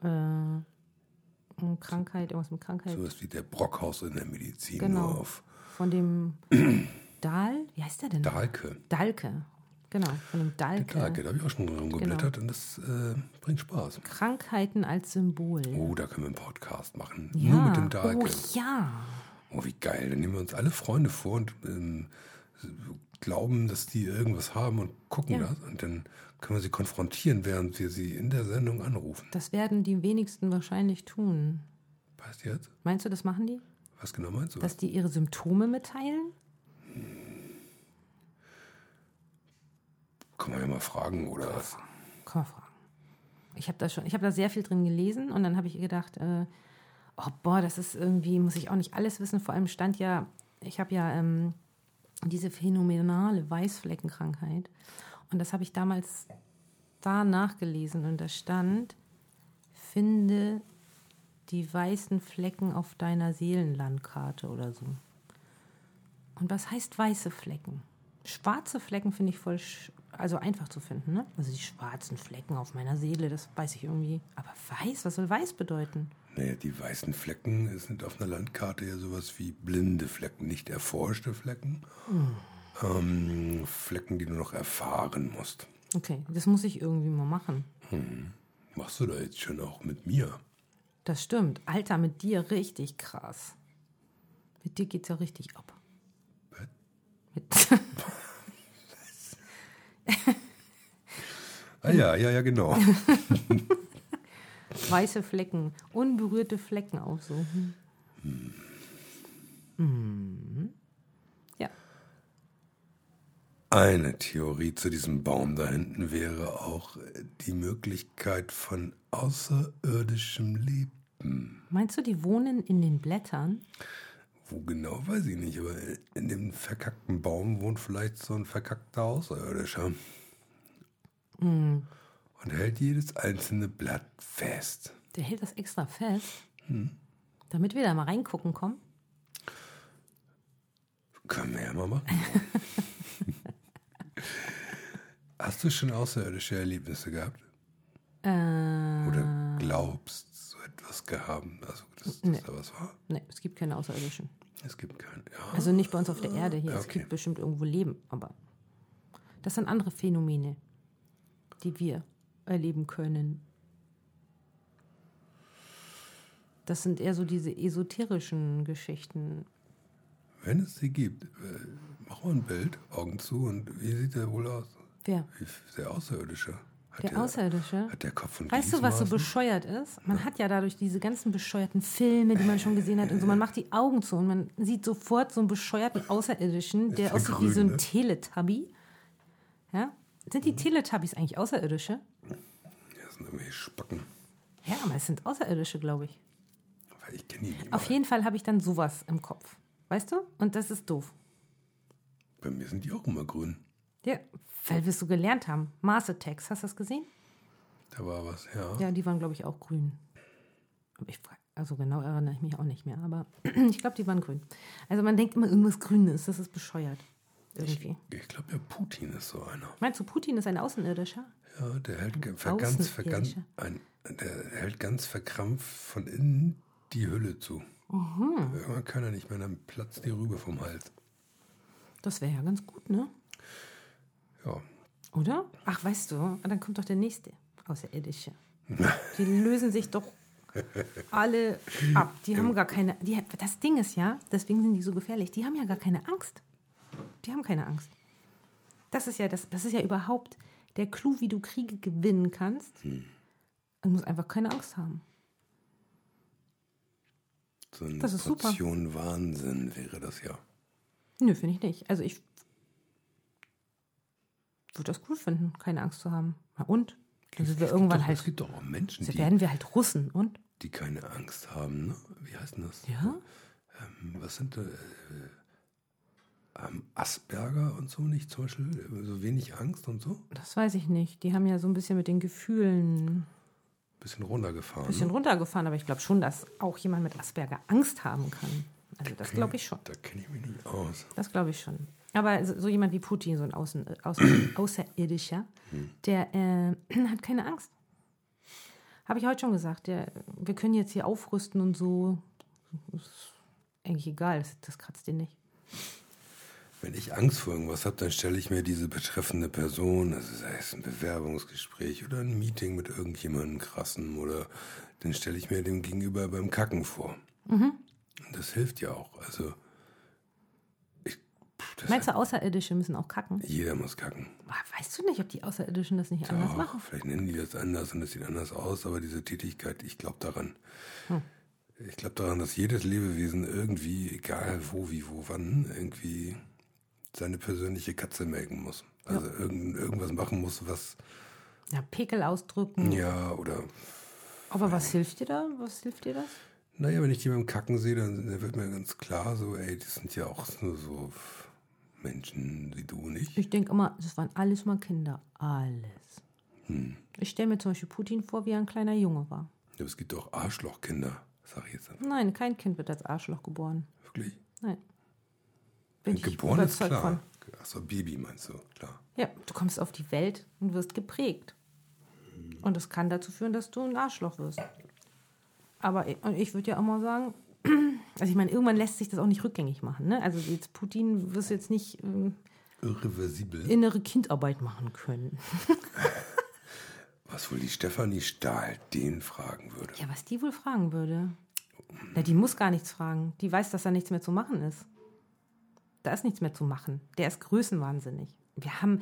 Speaker 2: äh, Krankheit, irgendwas mit Krankheit.
Speaker 1: Sowas wie der Brockhaus in der Medizin, nur
Speaker 2: Genau.
Speaker 1: auf
Speaker 2: Von dem Dahl, wie heißt der denn?
Speaker 1: Dahlke.
Speaker 2: Dalke. Genau, von dem Dalke.
Speaker 1: Dahlke, da habe ich auch schon
Speaker 2: Genau.
Speaker 1: rumgeblättert und das äh, bringt Spaß.
Speaker 2: Krankheiten als Symbol.
Speaker 1: Oh, da können wir einen Podcast machen.
Speaker 2: ja.
Speaker 1: Nur mit dem Dahlke.
Speaker 2: Oh ja.
Speaker 1: Oh, wie geil. Dann nehmen wir uns alle Freunde vor und ähm, glauben, dass die irgendwas haben und gucken das. Und dann können wir sie konfrontieren, während wir sie in der Sendung anrufen.
Speaker 2: Das werden die wenigsten wahrscheinlich tun.
Speaker 1: Weißt du jetzt?
Speaker 2: Meinst du, das machen die?
Speaker 1: Was genau meinst du?
Speaker 2: Dass die ihre Symptome mitteilen?
Speaker 1: Kann man ja mal fragen oder was?
Speaker 2: Kann man fragen. Ich habe da schon, ich habe da sehr viel drin gelesen und dann habe ich gedacht, äh, oh boah, das ist irgendwie, muss ich auch nicht alles wissen. Vor allem stand ja, ich habe ja ähm, diese phänomenale Weißfleckenkrankheit. Und das habe ich damals da nachgelesen und da stand, finde die weißen Flecken auf deiner Seelenlandkarte oder so. Und was heißt weiße Flecken? Schwarze Flecken finde ich voll, sch- also einfach zu finden, ne? Also die schwarzen Flecken auf meiner Seele, das weiß ich irgendwie. Aber weiß, was soll weiß bedeuten?
Speaker 1: Naja, die weißen Flecken sind auf einer Landkarte ja sowas wie blinde Flecken, nicht erforschte Flecken. Ähm, Flecken, die du noch erfahren musst.
Speaker 2: Okay, das muss ich irgendwie mal machen.
Speaker 1: Machst du da jetzt schon auch mit mir?
Speaker 2: Das stimmt. Alter, mit dir richtig krass. Mit dir geht's ja richtig ab. Mit [laughs]
Speaker 1: Ah ja, ja, ja, genau.
Speaker 2: weiße Flecken, unberührte Flecken Hm. aufsuchen. Ja,
Speaker 1: Eine Theorie zu diesem Baum da hinten wäre auch äh, die Möglichkeit von außerirdischem Leben.
Speaker 2: meinst du, die wohnen in den Blättern?
Speaker 1: Wo genau, weiß ich nicht, aber in dem verkackten Baum wohnt vielleicht so ein verkackter Außerirdischer. Und hält jedes einzelne Blatt fest.
Speaker 2: Der hält das extra fest, damit wir da mal reingucken kommen.
Speaker 1: Können wir ja mal machen. Hast du schon außerirdische Erlebnisse gehabt? Oder glaubst so etwas gehabt? Also, dass, dass da was war?
Speaker 2: Ne, es gibt keine Außerirdischen.
Speaker 1: Es gibt keinen. Ja.
Speaker 2: Also nicht bei uns auf der Erde hier. Es
Speaker 1: Okay.
Speaker 2: gibt bestimmt irgendwo Leben, aber das sind andere Phänomene, die wir erleben können. Das sind eher so diese esoterischen Geschichten.
Speaker 1: Wenn es sie gibt, äh, mach mal ein Bild, Augen zu und wie sieht der wohl aus?
Speaker 2: Wer?
Speaker 1: Wie f- Der Außerirdische. Hat
Speaker 2: Der Außerirdische?
Speaker 1: Hat der Kopf von
Speaker 2: Weißt du, was so
Speaker 1: Gliesmaßen?
Speaker 2: bescheuert ist? Man hat ja dadurch diese ganzen bescheuerten Filme, die man schon gesehen hat und so. Man macht die Augen zu und man sieht sofort so einen bescheuerten Außerirdischen, der
Speaker 1: der
Speaker 2: aussieht wie so
Speaker 1: grün,
Speaker 2: ein
Speaker 1: ne?
Speaker 2: Teletubby. Ja? Sind die Teletubbies eigentlich Außerirdische?
Speaker 1: Das sind irgendwelche Spacken.
Speaker 2: Ja, aber es sind Außerirdische, glaube ich.
Speaker 1: Aber ich kenne die nicht.
Speaker 2: Auf
Speaker 1: mal.
Speaker 2: jeden Fall habe ich dann sowas im Kopf. Weißt du? Und das ist doof.
Speaker 1: Bei mir sind die auch immer grün.
Speaker 2: Ja, weil wir es so gelernt haben. Mars Attacks, hast du das gesehen?
Speaker 1: Da war was, ja.
Speaker 2: Ja, die waren, glaube ich, auch grün. Aber ich frag, also genau erinnere ich mich auch nicht mehr. Aber [clears throat] ich glaube, die waren grün. Also man denkt immer, irgendwas Grünes, das ist bescheuert. Irgendwie.
Speaker 1: Ich glaube ja, Putin ist so einer.
Speaker 2: Meinst du, Putin ist ein Außenirdischer?
Speaker 1: Ja, der hält ge- ver ganz, ver ganz,
Speaker 2: Außerirdischer.
Speaker 1: ein, der hält ganz verkrampft von innen die Hülle zu.
Speaker 2: Mhm.
Speaker 1: Irgendwann kann er nicht mehr, dann platzt die Rübe vom Hals.
Speaker 2: Das wäre ja ganz gut, ne?
Speaker 1: Ja,
Speaker 2: Oder? Ach, weißt du, ah, dann kommt doch der nächste
Speaker 1: [laughs]
Speaker 2: Außerirdische. Die lösen sich doch alle ab. Die haben gar keine. Die, das Ding ist ja, deswegen sind die so gefährlich. Die haben ja gar keine Angst. Die haben keine Angst. Das ist ja das, das ist ja überhaupt der Clou, wie du Kriege gewinnen kannst.
Speaker 1: Hm.
Speaker 2: Du musst einfach keine Angst haben.
Speaker 1: so eine
Speaker 2: Das ist super.
Speaker 1: Portion Wahnsinn wäre das ja.
Speaker 2: Nö, finde ich nicht. Also ich würde das cool finden, keine Angst zu haben. Na und? Dann sind wir irgendwann
Speaker 1: doch, Es
Speaker 2: halt.
Speaker 1: gibt doch auch Menschen,
Speaker 2: Dann
Speaker 1: die,
Speaker 2: werden wir halt Russen und?
Speaker 1: die keine Angst haben. Ne? Wie heißt denn das?
Speaker 2: Ja?
Speaker 1: Ähm, was sind da? Äh, ähm, Asperger und so nicht zum Beispiel? äh, So wenig Angst und so?
Speaker 2: Das weiß ich nicht. Die haben ja so ein bisschen mit den Gefühlen ein
Speaker 1: Bisschen runtergefahren. ne?
Speaker 2: bisschen runtergefahren, aber ich glaube schon, dass auch jemand mit Asperger Angst haben kann. Also das glaube ich schon.
Speaker 1: ne? Da kenne ich mich nicht aus.
Speaker 2: Das glaube ich schon. Aber so so jemand wie Putin, so ein Außen, Außen, Außerirdischer, der äh, [clears throat] hat keine Angst. Habe ich heute schon gesagt. Der, wir können jetzt hier aufrüsten und so. Ist eigentlich egal, das, das kratzt den nicht.
Speaker 1: Wenn ich Angst vor irgendwas habe, dann stelle ich mir diese betreffende Person, also sei es ein Bewerbungsgespräch oder ein Meeting mit irgendjemandem krassen oder dann stelle ich mir dem gegenüber beim Kacken vor.
Speaker 2: Mhm.
Speaker 1: Und das hilft ja auch. Also ich, pff, das
Speaker 2: Meinst du, Außerirdische müssen auch kacken?
Speaker 1: jeder muss kacken.
Speaker 2: Weißt du nicht, ob die Außerirdischen das nicht anders
Speaker 1: Doch,
Speaker 2: machen?
Speaker 1: Vielleicht nennen die das anders und es sieht anders aus, aber diese Tätigkeit, ich glaube daran.
Speaker 2: Hm.
Speaker 1: Ich glaube daran, dass jedes Lebewesen irgendwie, egal wo, wie, wo, wann, irgendwie seine persönliche Katze melken muss. Also irgend, irgendwas machen muss, was,
Speaker 2: Ja, Pickel ausdrücken.
Speaker 1: ja, oder,
Speaker 2: Aber was hilft dir da? Was hilft dir das?
Speaker 1: naja, wenn ich die beim Kacken sehe, dann wird mir ganz klar so, ey, die sind ja auch nur so Menschen wie du und ich.
Speaker 2: Ich denke immer, das waren alles mal Kinder. Alles. Ich stelle mir zum Beispiel Putin vor, wie er ein kleiner Junge war.
Speaker 1: Aber es gibt auch Arschlochkinder, sag ich jetzt einfach.
Speaker 2: Nein, kein Kind wird als Arschloch geboren.
Speaker 1: Wirklich?
Speaker 2: Nein. Bin ich
Speaker 1: Geboren ist
Speaker 2: überzeugt
Speaker 1: klar. Achso, Baby meinst du, klar.
Speaker 2: Ja, du kommst auf die Welt und wirst geprägt. Und das kann dazu führen, dass du ein Arschloch wirst. Aber ich, und ich würde ja immer sagen, [clears throat] also ich meine, irgendwann lässt sich das auch nicht rückgängig machen. Ne? Also jetzt Putin wirst du jetzt nicht ähm,
Speaker 1: Irreversibel.
Speaker 2: innere Kindarbeit machen können.
Speaker 1: Was wohl die Stefanie Stahl den fragen würde.
Speaker 2: Ja, was die wohl fragen würde. Na, die muss gar nichts fragen. Die weiß, dass da nichts mehr zu machen ist. Da ist nichts mehr zu machen. Der ist größenwahnsinnig. Wir haben,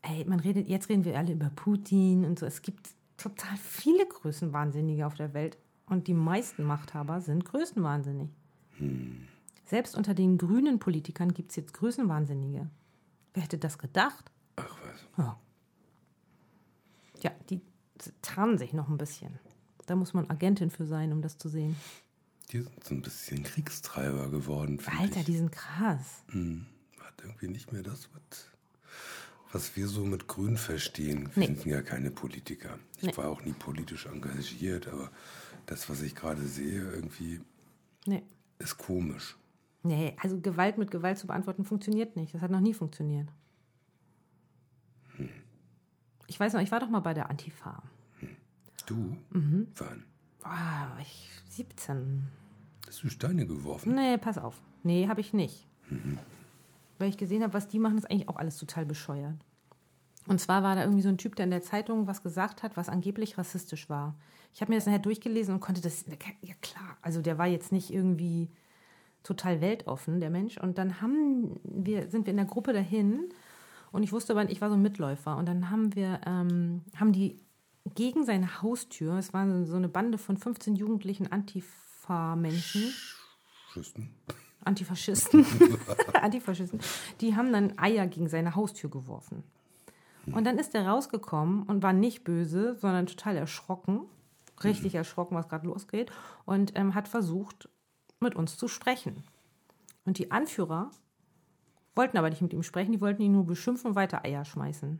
Speaker 2: ey, man redet, jetzt reden wir alle über Putin und so. Es gibt total viele Größenwahnsinnige auf der Welt. Und die meisten Machthaber sind größenwahnsinnig. Selbst unter den grünen Politikern gibt es jetzt Größenwahnsinnige. Wer hätte das gedacht?
Speaker 1: Ach was.
Speaker 2: Ja. Ja, die tarnen sich noch ein bisschen. Da muss man Agentin für sein, um das zu sehen.
Speaker 1: Die sind so ein bisschen Kriegstreiber geworden. find
Speaker 2: Alter,
Speaker 1: ich.
Speaker 2: die sind krass.
Speaker 1: Hat irgendwie nicht mehr das, was, was wir so mit Grün verstehen.
Speaker 2: Nee.
Speaker 1: Wir sind ja keine Politiker. Ich
Speaker 2: Nee.
Speaker 1: war auch nie politisch engagiert, aber das, was ich gerade sehe, irgendwie
Speaker 2: Nee.
Speaker 1: ist komisch.
Speaker 2: Nee, also Gewalt mit Gewalt zu beantworten funktioniert nicht. Das hat noch nie funktioniert. Ich weiß noch, ich war doch mal bei der Antifa.
Speaker 1: Du,
Speaker 2: Mhm.
Speaker 1: wann?
Speaker 2: Boah, ich 17.
Speaker 1: Hast du Steine geworfen?
Speaker 2: Nee, pass auf. Nee, habe ich nicht. Weil ich gesehen habe, was die machen, ist eigentlich auch alles total bescheuert. Und zwar war da irgendwie so ein Typ, der in der Zeitung was gesagt hat, was angeblich rassistisch war. Ich habe mir das nachher durchgelesen und konnte das. Ja, klar. Also der war jetzt nicht irgendwie total weltoffen, der Mensch. Und dann haben wir, sind wir in der Gruppe dahin und ich wusste aber, ich war so ein Mitläufer. Und dann haben wir, ähm, haben die gegen seine Haustür, es waren so eine Bande von 15 jugendlichen Antifa-Menschen.
Speaker 1: Schüssen. [laughs]
Speaker 2: Antifaschisten, [laughs] Antifaschisten, die haben dann Eier gegen seine Haustür geworfen. Und dann ist er rausgekommen und war nicht böse, sondern total erschrocken, richtig erschrocken, was gerade losgeht, und ähm, hat versucht, mit uns zu sprechen. Und die Anführer wollten aber nicht mit ihm sprechen, die wollten ihn nur beschimpfen und weiter Eier schmeißen.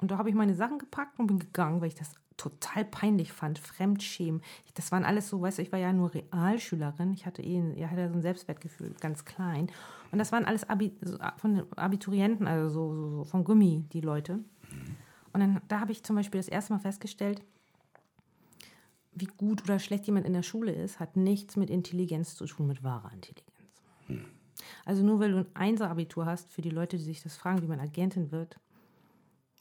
Speaker 2: Und da habe ich meine Sachen gepackt und bin gegangen, weil ich das total peinlich fand, Fremdschämen. Ich- Das waren alles so, weißt du, ich war ja nur Realschülerin, ich hatte eh ich hatte so ein Selbstwertgefühl, ganz klein. Und das waren alles Abi, so, von den Abiturienten, also so, so, so vom Gummi, die Leute. Und dann, da habe ich zum Beispiel das erste Mal festgestellt, wie gut oder schlecht jemand in der Schule ist, hat nichts mit Intelligenz zu tun, mit wahrer Intelligenz. Also nur weil du ein Einser-Abitur hast, für die Leute, die sich das fragen, wie man Agentin wird,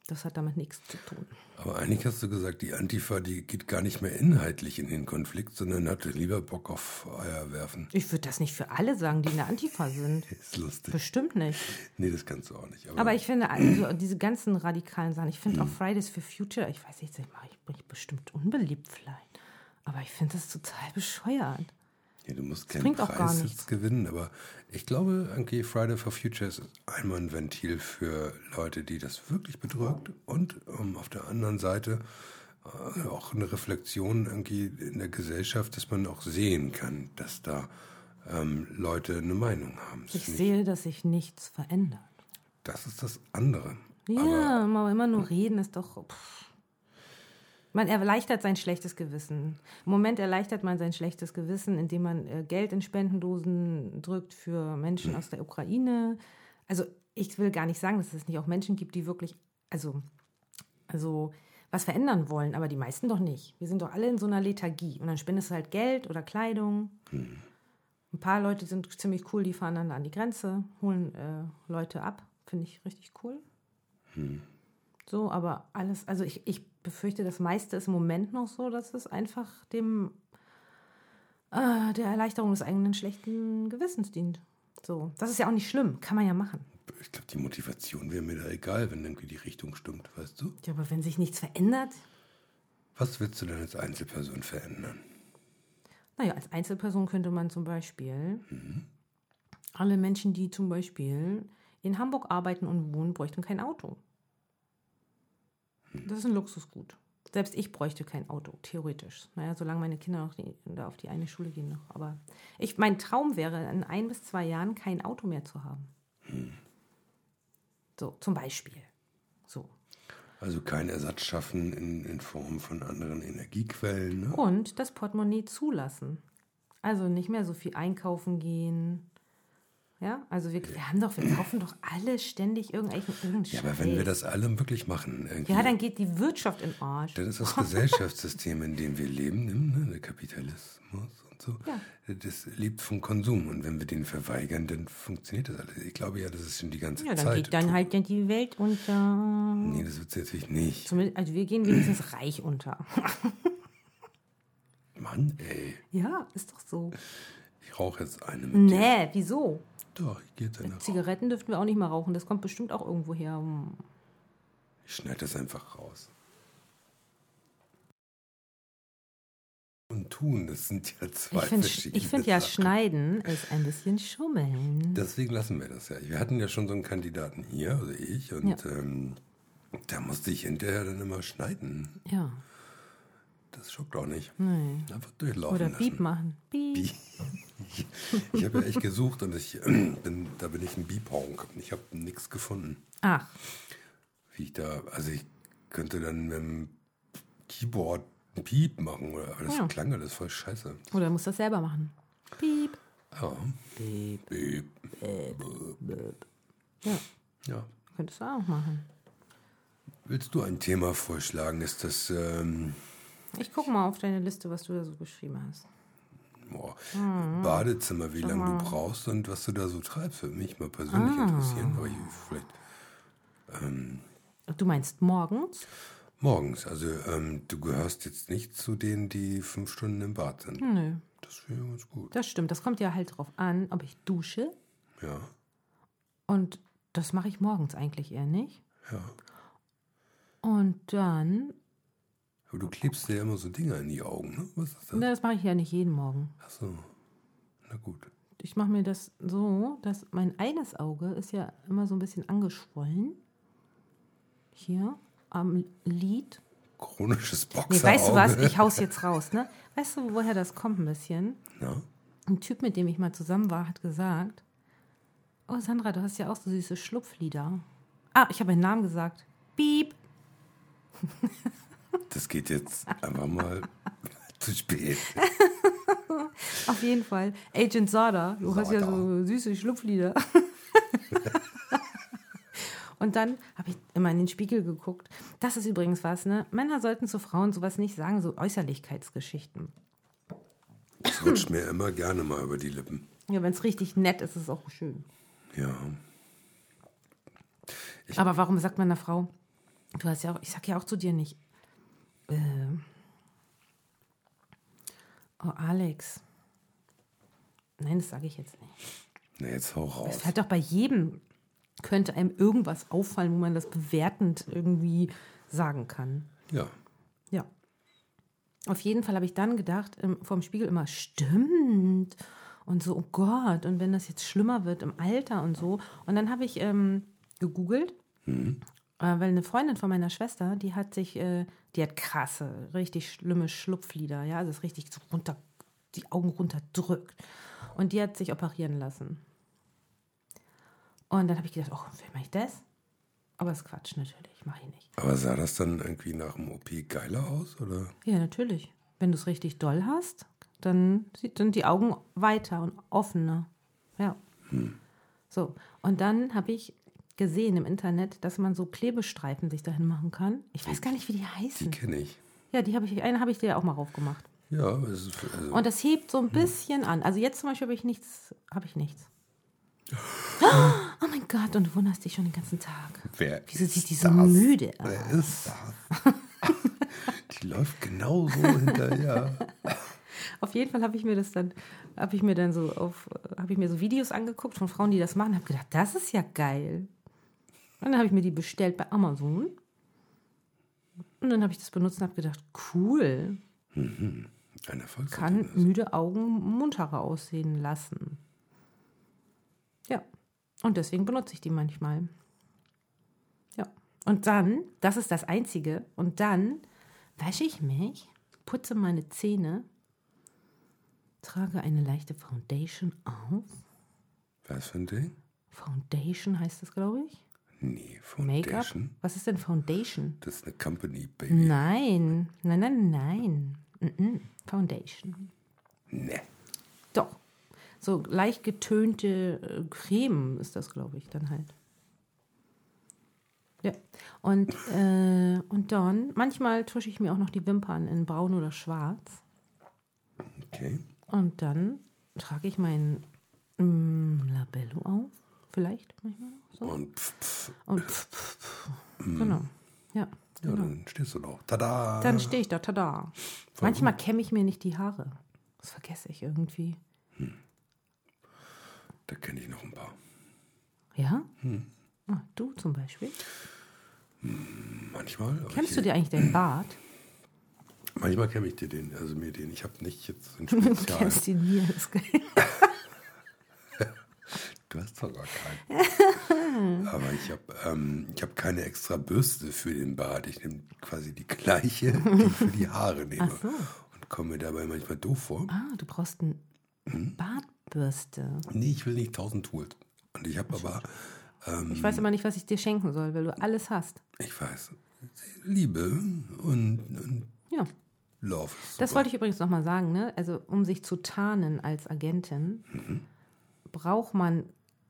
Speaker 2: das hat damit nichts zu tun.
Speaker 1: Aber eigentlich hast du gesagt, die Antifa, die geht gar nicht mehr inhaltlich in den Konflikt, sondern hatte lieber Bock auf Eier werfen.
Speaker 2: Ich würde das nicht für alle sagen, die in der Antifa sind.
Speaker 1: Ist lustig.
Speaker 2: Bestimmt nicht.
Speaker 1: Nee, das kannst du auch nicht. Aber,
Speaker 2: Aber ich finde, also diese ganzen radikalen Sachen, ich finde auch Fridays for Future, ich weiß nicht, ich mache ich bin ich bestimmt unbeliebt vielleicht. Aber ich finde das total bescheuert.
Speaker 1: ja, du musst keinen
Speaker 2: bringt auch gar
Speaker 1: Preis
Speaker 2: nichts.
Speaker 1: jetzt gewinnen. Aber ich glaube, okay, Friday for Future ist einmal ein Ventil für Leute, die das wirklich bedrückt. Und ähm, auf der anderen Seite äh, auch eine Reflexion irgendwie in der Gesellschaft, dass man auch sehen kann, dass da ähm, Leute eine Meinung haben. Das
Speaker 2: Ich
Speaker 1: finde
Speaker 2: sehe, dass sich nichts verändert.
Speaker 1: ich- Das ist das andere.
Speaker 2: Ja, aber immer nur reden ist doch. Pff. Man erleichtert sein schlechtes Gewissen. Im Moment erleichtert man sein schlechtes Gewissen, indem man äh, Geld in Spendendosen drückt für Menschen aus der Ukraine. Also ich will gar nicht sagen, dass es nicht auch Menschen gibt, die wirklich, also, also was verändern wollen, aber die meisten doch nicht. Wir sind doch alle in so einer Lethargie. Und dann spendest du halt Geld oder Kleidung. Ein paar Leute sind ziemlich cool, die fahren dann an die Grenze, holen äh, Leute ab. Finde ich richtig cool. So, aber alles, also ich, ich befürchte, das meiste ist im Moment noch so, dass es einfach dem äh, der Erleichterung des eigenen schlechten Gewissens dient. So, das ist ja auch nicht schlimm, kann man ja machen.
Speaker 1: Ich glaube, die Motivation wäre mir da egal, wenn irgendwie die Richtung stimmt, weißt du?
Speaker 2: Ja, aber wenn sich nichts verändert,
Speaker 1: Was willst du denn als Einzelperson verändern?
Speaker 2: naja, als Einzelperson könnte man zum Beispiel alle Menschen, die zum Beispiel in Hamburg arbeiten und wohnen, bräuchten kein Auto. Das ist ein Luxusgut. Selbst ich bräuchte kein Auto, theoretisch. Naja, solange meine Kinder noch die, da auf die eine Schule gehen noch. Aber ich, mein Traum wäre, in ein bis zwei Jahren kein Auto mehr zu haben. So, zum Beispiel. So.
Speaker 1: Also keinen Ersatz schaffen in, in Form von anderen Energiequellen. Ne?
Speaker 2: Und das Portemonnaie zulassen. Also nicht mehr so viel einkaufen gehen. Ja, also wir, wir haben doch, wir kaufen doch alle ständig irgendwelchen
Speaker 1: Ja, aber wenn wir das alle wirklich machen, irgendwie,
Speaker 2: ja, dann geht die Wirtschaft in Arsch.
Speaker 1: dann ist das
Speaker 2: [laughs]
Speaker 1: Gesellschaftssystem, in dem wir leben, ne, der Kapitalismus und so,
Speaker 2: Ja.
Speaker 1: das lebt vom Konsum. Und wenn wir den verweigern, dann funktioniert das alles. Ich glaube ja, das ist schon die ganze
Speaker 2: Ja, dann
Speaker 1: Zeit.
Speaker 2: geht dann halt ja die Welt unter.
Speaker 1: nee, das wird natürlich nicht.
Speaker 2: Zumindest, also wir gehen wenigstens reich unter.
Speaker 1: Mann, ey,
Speaker 2: Ja, ist doch so.
Speaker 1: ich rauche jetzt eine mit dir.
Speaker 2: Nee, wieso?
Speaker 1: Doch, ich gehe jetzt eine rauchen.
Speaker 2: Zigaretten dürften wir auch nicht mehr rauchen. Das kommt bestimmt auch irgendwo her. Hm.
Speaker 1: Ich schneide das einfach raus. Und tun, das sind ja zwei
Speaker 2: Ich finde
Speaker 1: verschiedene
Speaker 2: ich find ja,
Speaker 1: Sachen.
Speaker 2: schneiden ist ein bisschen schummeln.
Speaker 1: Deswegen lassen wir das ja. Wir hatten ja schon so einen Kandidaten hier, also ich, und ähm, da musste ich hinterher dann immer schneiden.
Speaker 2: Ja,
Speaker 1: Das schockt auch nicht.
Speaker 2: nee.
Speaker 1: Einfach durchlaufen
Speaker 2: Oder
Speaker 1: lassen.
Speaker 2: Piep machen. Piep.
Speaker 1: Ich habe ja echt gesucht und ich [clears throat] bin, da bin ich ein Biephonk. Ich habe nichts gefunden.
Speaker 2: Ach,
Speaker 1: Wie ich da, also ich könnte dann mit dem Keyboard ein Piep machen, oder, aber das
Speaker 2: Ja.
Speaker 1: klang alles voll scheiße.
Speaker 2: oder muss das selber machen. Piep.
Speaker 1: Ja. Piep.
Speaker 2: Ja,
Speaker 1: Ja.
Speaker 2: könntest du auch machen.
Speaker 1: Willst du ein Thema vorschlagen? Ist das, ähm,
Speaker 2: Ich gucke mal auf deine Liste, was du da so geschrieben hast.
Speaker 1: boah,
Speaker 2: Mhm.
Speaker 1: Badezimmer, wie lange du brauchst und was du da so treibst, würde mich mal persönlich
Speaker 2: Ah.
Speaker 1: interessieren. Aber ich, vielleicht
Speaker 2: Du meinst morgens?
Speaker 1: morgens. Also ähm, du gehörst jetzt nicht zu denen, die fünf Stunden im Bad sind.
Speaker 2: Nö,
Speaker 1: Das wäre ganz gut.
Speaker 2: das stimmt. Das kommt ja halt drauf an, ob ich dusche.
Speaker 1: Ja,
Speaker 2: Und das mache ich morgens eigentlich eher nicht.
Speaker 1: ja.
Speaker 2: Und dann,
Speaker 1: Aber du klebst dir ja immer so Dinger in die Augen, ne? Was ist das?
Speaker 2: na, das mache ich ja nicht jeden Morgen.
Speaker 1: Ach so. Na gut.
Speaker 2: Ich mache mir das so, dass mein eines Auge ist ja immer so ein bisschen angeschwollen. Hier am Lid.
Speaker 1: Chronisches
Speaker 2: Nee,
Speaker 1: Boxerauge. [laughs]
Speaker 2: weißt du was? Ich hau's jetzt raus, ne? Weißt du, woher das kommt ein bisschen?
Speaker 1: Na?
Speaker 2: Ein Typ, mit dem ich mal zusammen war, hat gesagt: Oh, Sandra, du hast ja auch so süße Schlupflieder. Ah, ich habe einen Namen gesagt. Piep.
Speaker 1: Das geht jetzt einfach mal [laughs] zu spät.
Speaker 2: Auf jeden Fall. Agent Sada, du hast ja
Speaker 1: Sada.
Speaker 2: so süße Schlupflieder. Und dann habe ich immer in den Spiegel geguckt. Das ist übrigens was, ne? Männer sollten zu Frauen sowas nicht sagen, so Äußerlichkeitsgeschichten.
Speaker 1: Das rutscht mir immer gerne mal über die Lippen.
Speaker 2: Ja, wenn es richtig nett ist, ist es auch schön.
Speaker 1: Ja.
Speaker 2: Aber warum sagt man einer Frau, du hast ja auch, ich sag ja auch zu dir nicht, äh, oh Alex. Nein, das sage ich jetzt nicht.
Speaker 1: Na, jetzt hau raus.
Speaker 2: Es fällt doch bei jedem, könnte einem irgendwas auffallen, wo man das bewertend irgendwie sagen kann.
Speaker 1: Ja.
Speaker 2: Ja. Auf jeden Fall habe ich dann gedacht, im, vorm Spiegel immer, stimmt. Und so, oh Gott, und wenn das jetzt schlimmer wird im Alter und so. Und dann habe ich ähm, gegoogelt, äh, weil eine Freundin von meiner Schwester, die hat sich, äh, die hat krasse, richtig schlimme Schlupflider, ja, also ist richtig so runter, die Augen runterdrückt. Und die hat sich operieren lassen. Und dann habe ich gedacht, oh, will ich das? Aber ist Quatsch, natürlich, mache ich nicht.
Speaker 1: Aber sah das dann irgendwie nach dem OP geiler aus? Oder?
Speaker 2: Ja, natürlich. Wenn du es richtig doll hast, dann sie- sind die Augen weiter und offener. Ja. So, und dann habe ich gesehen im Internet, dass man so Klebestreifen sich dahin machen kann. Ich weiß gar nicht, wie die
Speaker 1: Die
Speaker 2: heißen.
Speaker 1: kenne ich.
Speaker 2: Ja, die habe ich, eine habe ich dir auch mal raufgemacht.
Speaker 1: Ja, es ist, also,
Speaker 2: Und das hebt so ein bisschen an. Also jetzt zum Beispiel habe ich nichts, habe ich nichts. Oh mein Gott, und du wunderst dich schon den ganzen Tag.
Speaker 1: wer
Speaker 2: Wieso
Speaker 1: ist
Speaker 2: sieht die so
Speaker 1: das?
Speaker 2: müde aus?
Speaker 1: Wer ist das? [laughs] die läuft genauso
Speaker 2: [laughs]
Speaker 1: hinterher.
Speaker 2: Auf jeden Fall habe ich mir das dann, habe ich mir dann so auf, habe ich mir so Videos angeguckt von Frauen, die das machen, habe gedacht, das ist ja geil. Und dann habe ich mir die bestellt bei Amazon. Und dann habe ich das benutzt und habe gedacht, cool,
Speaker 1: Ein Erfolg.
Speaker 2: kann müde Augen munterer aussehen lassen. Ja. Und deswegen benutze ich die manchmal. Ja. Und dann, das ist das Einzige, und dann wasche ich mich, putze meine Zähne, trage eine leichte Foundation auf.
Speaker 1: Was für ein Ding?
Speaker 2: Foundation heißt das, glaube ich.
Speaker 1: Nee,
Speaker 2: Make-up? Mhm.
Speaker 1: Foundation.
Speaker 2: Was ist denn Foundation?
Speaker 1: Das ist eine Company, Baby.
Speaker 2: Nein, nein, nein, nein. Mhm. Foundation.
Speaker 1: Nee.
Speaker 2: Doch. So leicht getönte äh, Creme ist das, glaube ich, dann halt. Ja. Und, äh, und dann, manchmal tusche ich mir auch noch die Wimpern in braun oder schwarz.
Speaker 1: Okay.
Speaker 2: Und dann trage ich mein mm, Labello auf. Vielleicht manchmal noch so.
Speaker 1: Und pff, pff,
Speaker 2: Und pf, pf, pf. Genau. Ja. genau.
Speaker 1: ja, dann stehst du noch. Tada!
Speaker 2: Dann stehe ich da, tada. Manchmal kämme ich mir nicht die Haare. Das vergesse ich irgendwie.
Speaker 1: da kenne ich noch ein paar.
Speaker 2: Ja? Ah, du zum Beispiel.
Speaker 1: Manchmal. aber
Speaker 2: Kämmst
Speaker 1: ich,
Speaker 2: du dir eigentlich deinen Bart?
Speaker 1: Manchmal kämme ich dir den, also mir den. Ich habe nicht jetzt einen
Speaker 2: [laughs] [laughs] Du
Speaker 1: Spezial.
Speaker 2: kennst ihn mir. Ist geil.
Speaker 1: du hast doch gar keinen.
Speaker 2: [laughs]
Speaker 1: Aber ich habe ähm, ich habe keine extra Bürste für den Bart. Ich nehme quasi die gleiche, die ich für die Haare nehme.
Speaker 2: [laughs] Ach so.
Speaker 1: Und komme mir dabei manchmal doof vor.
Speaker 2: Ah, du brauchst eine Hm? Bartbürste.
Speaker 1: Nee, ich will nicht tausend Tools. Und ich habe aber,
Speaker 2: Ich weiß immer nicht, was ich dir schenken soll, weil du alles hast.
Speaker 1: ich weiß, Liebe und, und
Speaker 2: Ja.
Speaker 1: Love. ist
Speaker 2: Das
Speaker 1: super.
Speaker 2: wollte ich übrigens nochmal sagen, ne? Also, um sich zu tarnen als Agentin, braucht man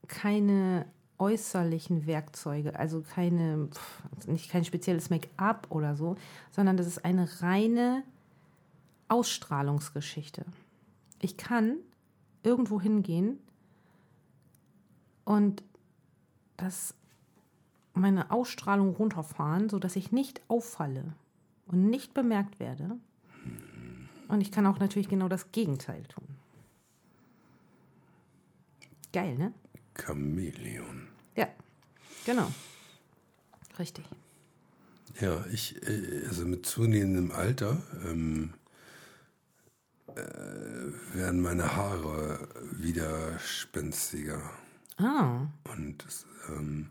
Speaker 2: keine äußerlichen Werkzeuge, also keine, pff, nicht kein spezielles Make-up oder so, sondern das ist eine reine Ausstrahlungsgeschichte. Ich kann irgendwo hingehen und das meine Ausstrahlung runterfahren, sodass ich nicht auffalle und nicht bemerkt werde. Und ich kann auch natürlich genau das Gegenteil tun. Geil, ne?
Speaker 1: Chamäleon.
Speaker 2: Ja, genau. Richtig.
Speaker 1: Ja, ich, äh, also mit zunehmendem Alter ähm, äh, werden meine Haare widerspenstiger.
Speaker 2: Ah,
Speaker 1: Und es ähm,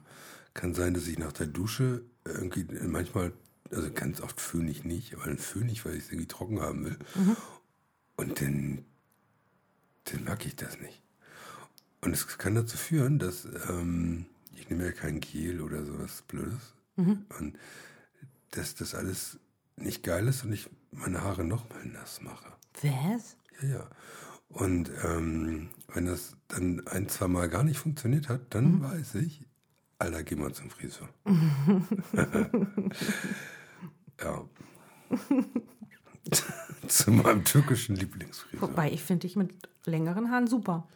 Speaker 1: kann sein, dass ich nach der Dusche irgendwie manchmal, also ganz oft föhne ich nicht, aber dann föhne ich, weil ich es irgendwie trocken haben will. Und dann, dann mag ich das nicht. Und es kann dazu führen, dass ähm, ich nehme ja kein Gel oder sowas Blödes. Und dass das alles nicht geil ist und ich meine Haare nochmal nass mache.
Speaker 2: was?
Speaker 1: Ja, ja. Und ähm, wenn das dann ein, zwei Mal gar nicht funktioniert hat, dann weiß ich, Alter, geh mal zum [laughs] Friseur. ja. [laughs] Zu meinem türkischen Lieblingsfriseur.
Speaker 2: Wobei, ich finde dich mit längeren Haaren super.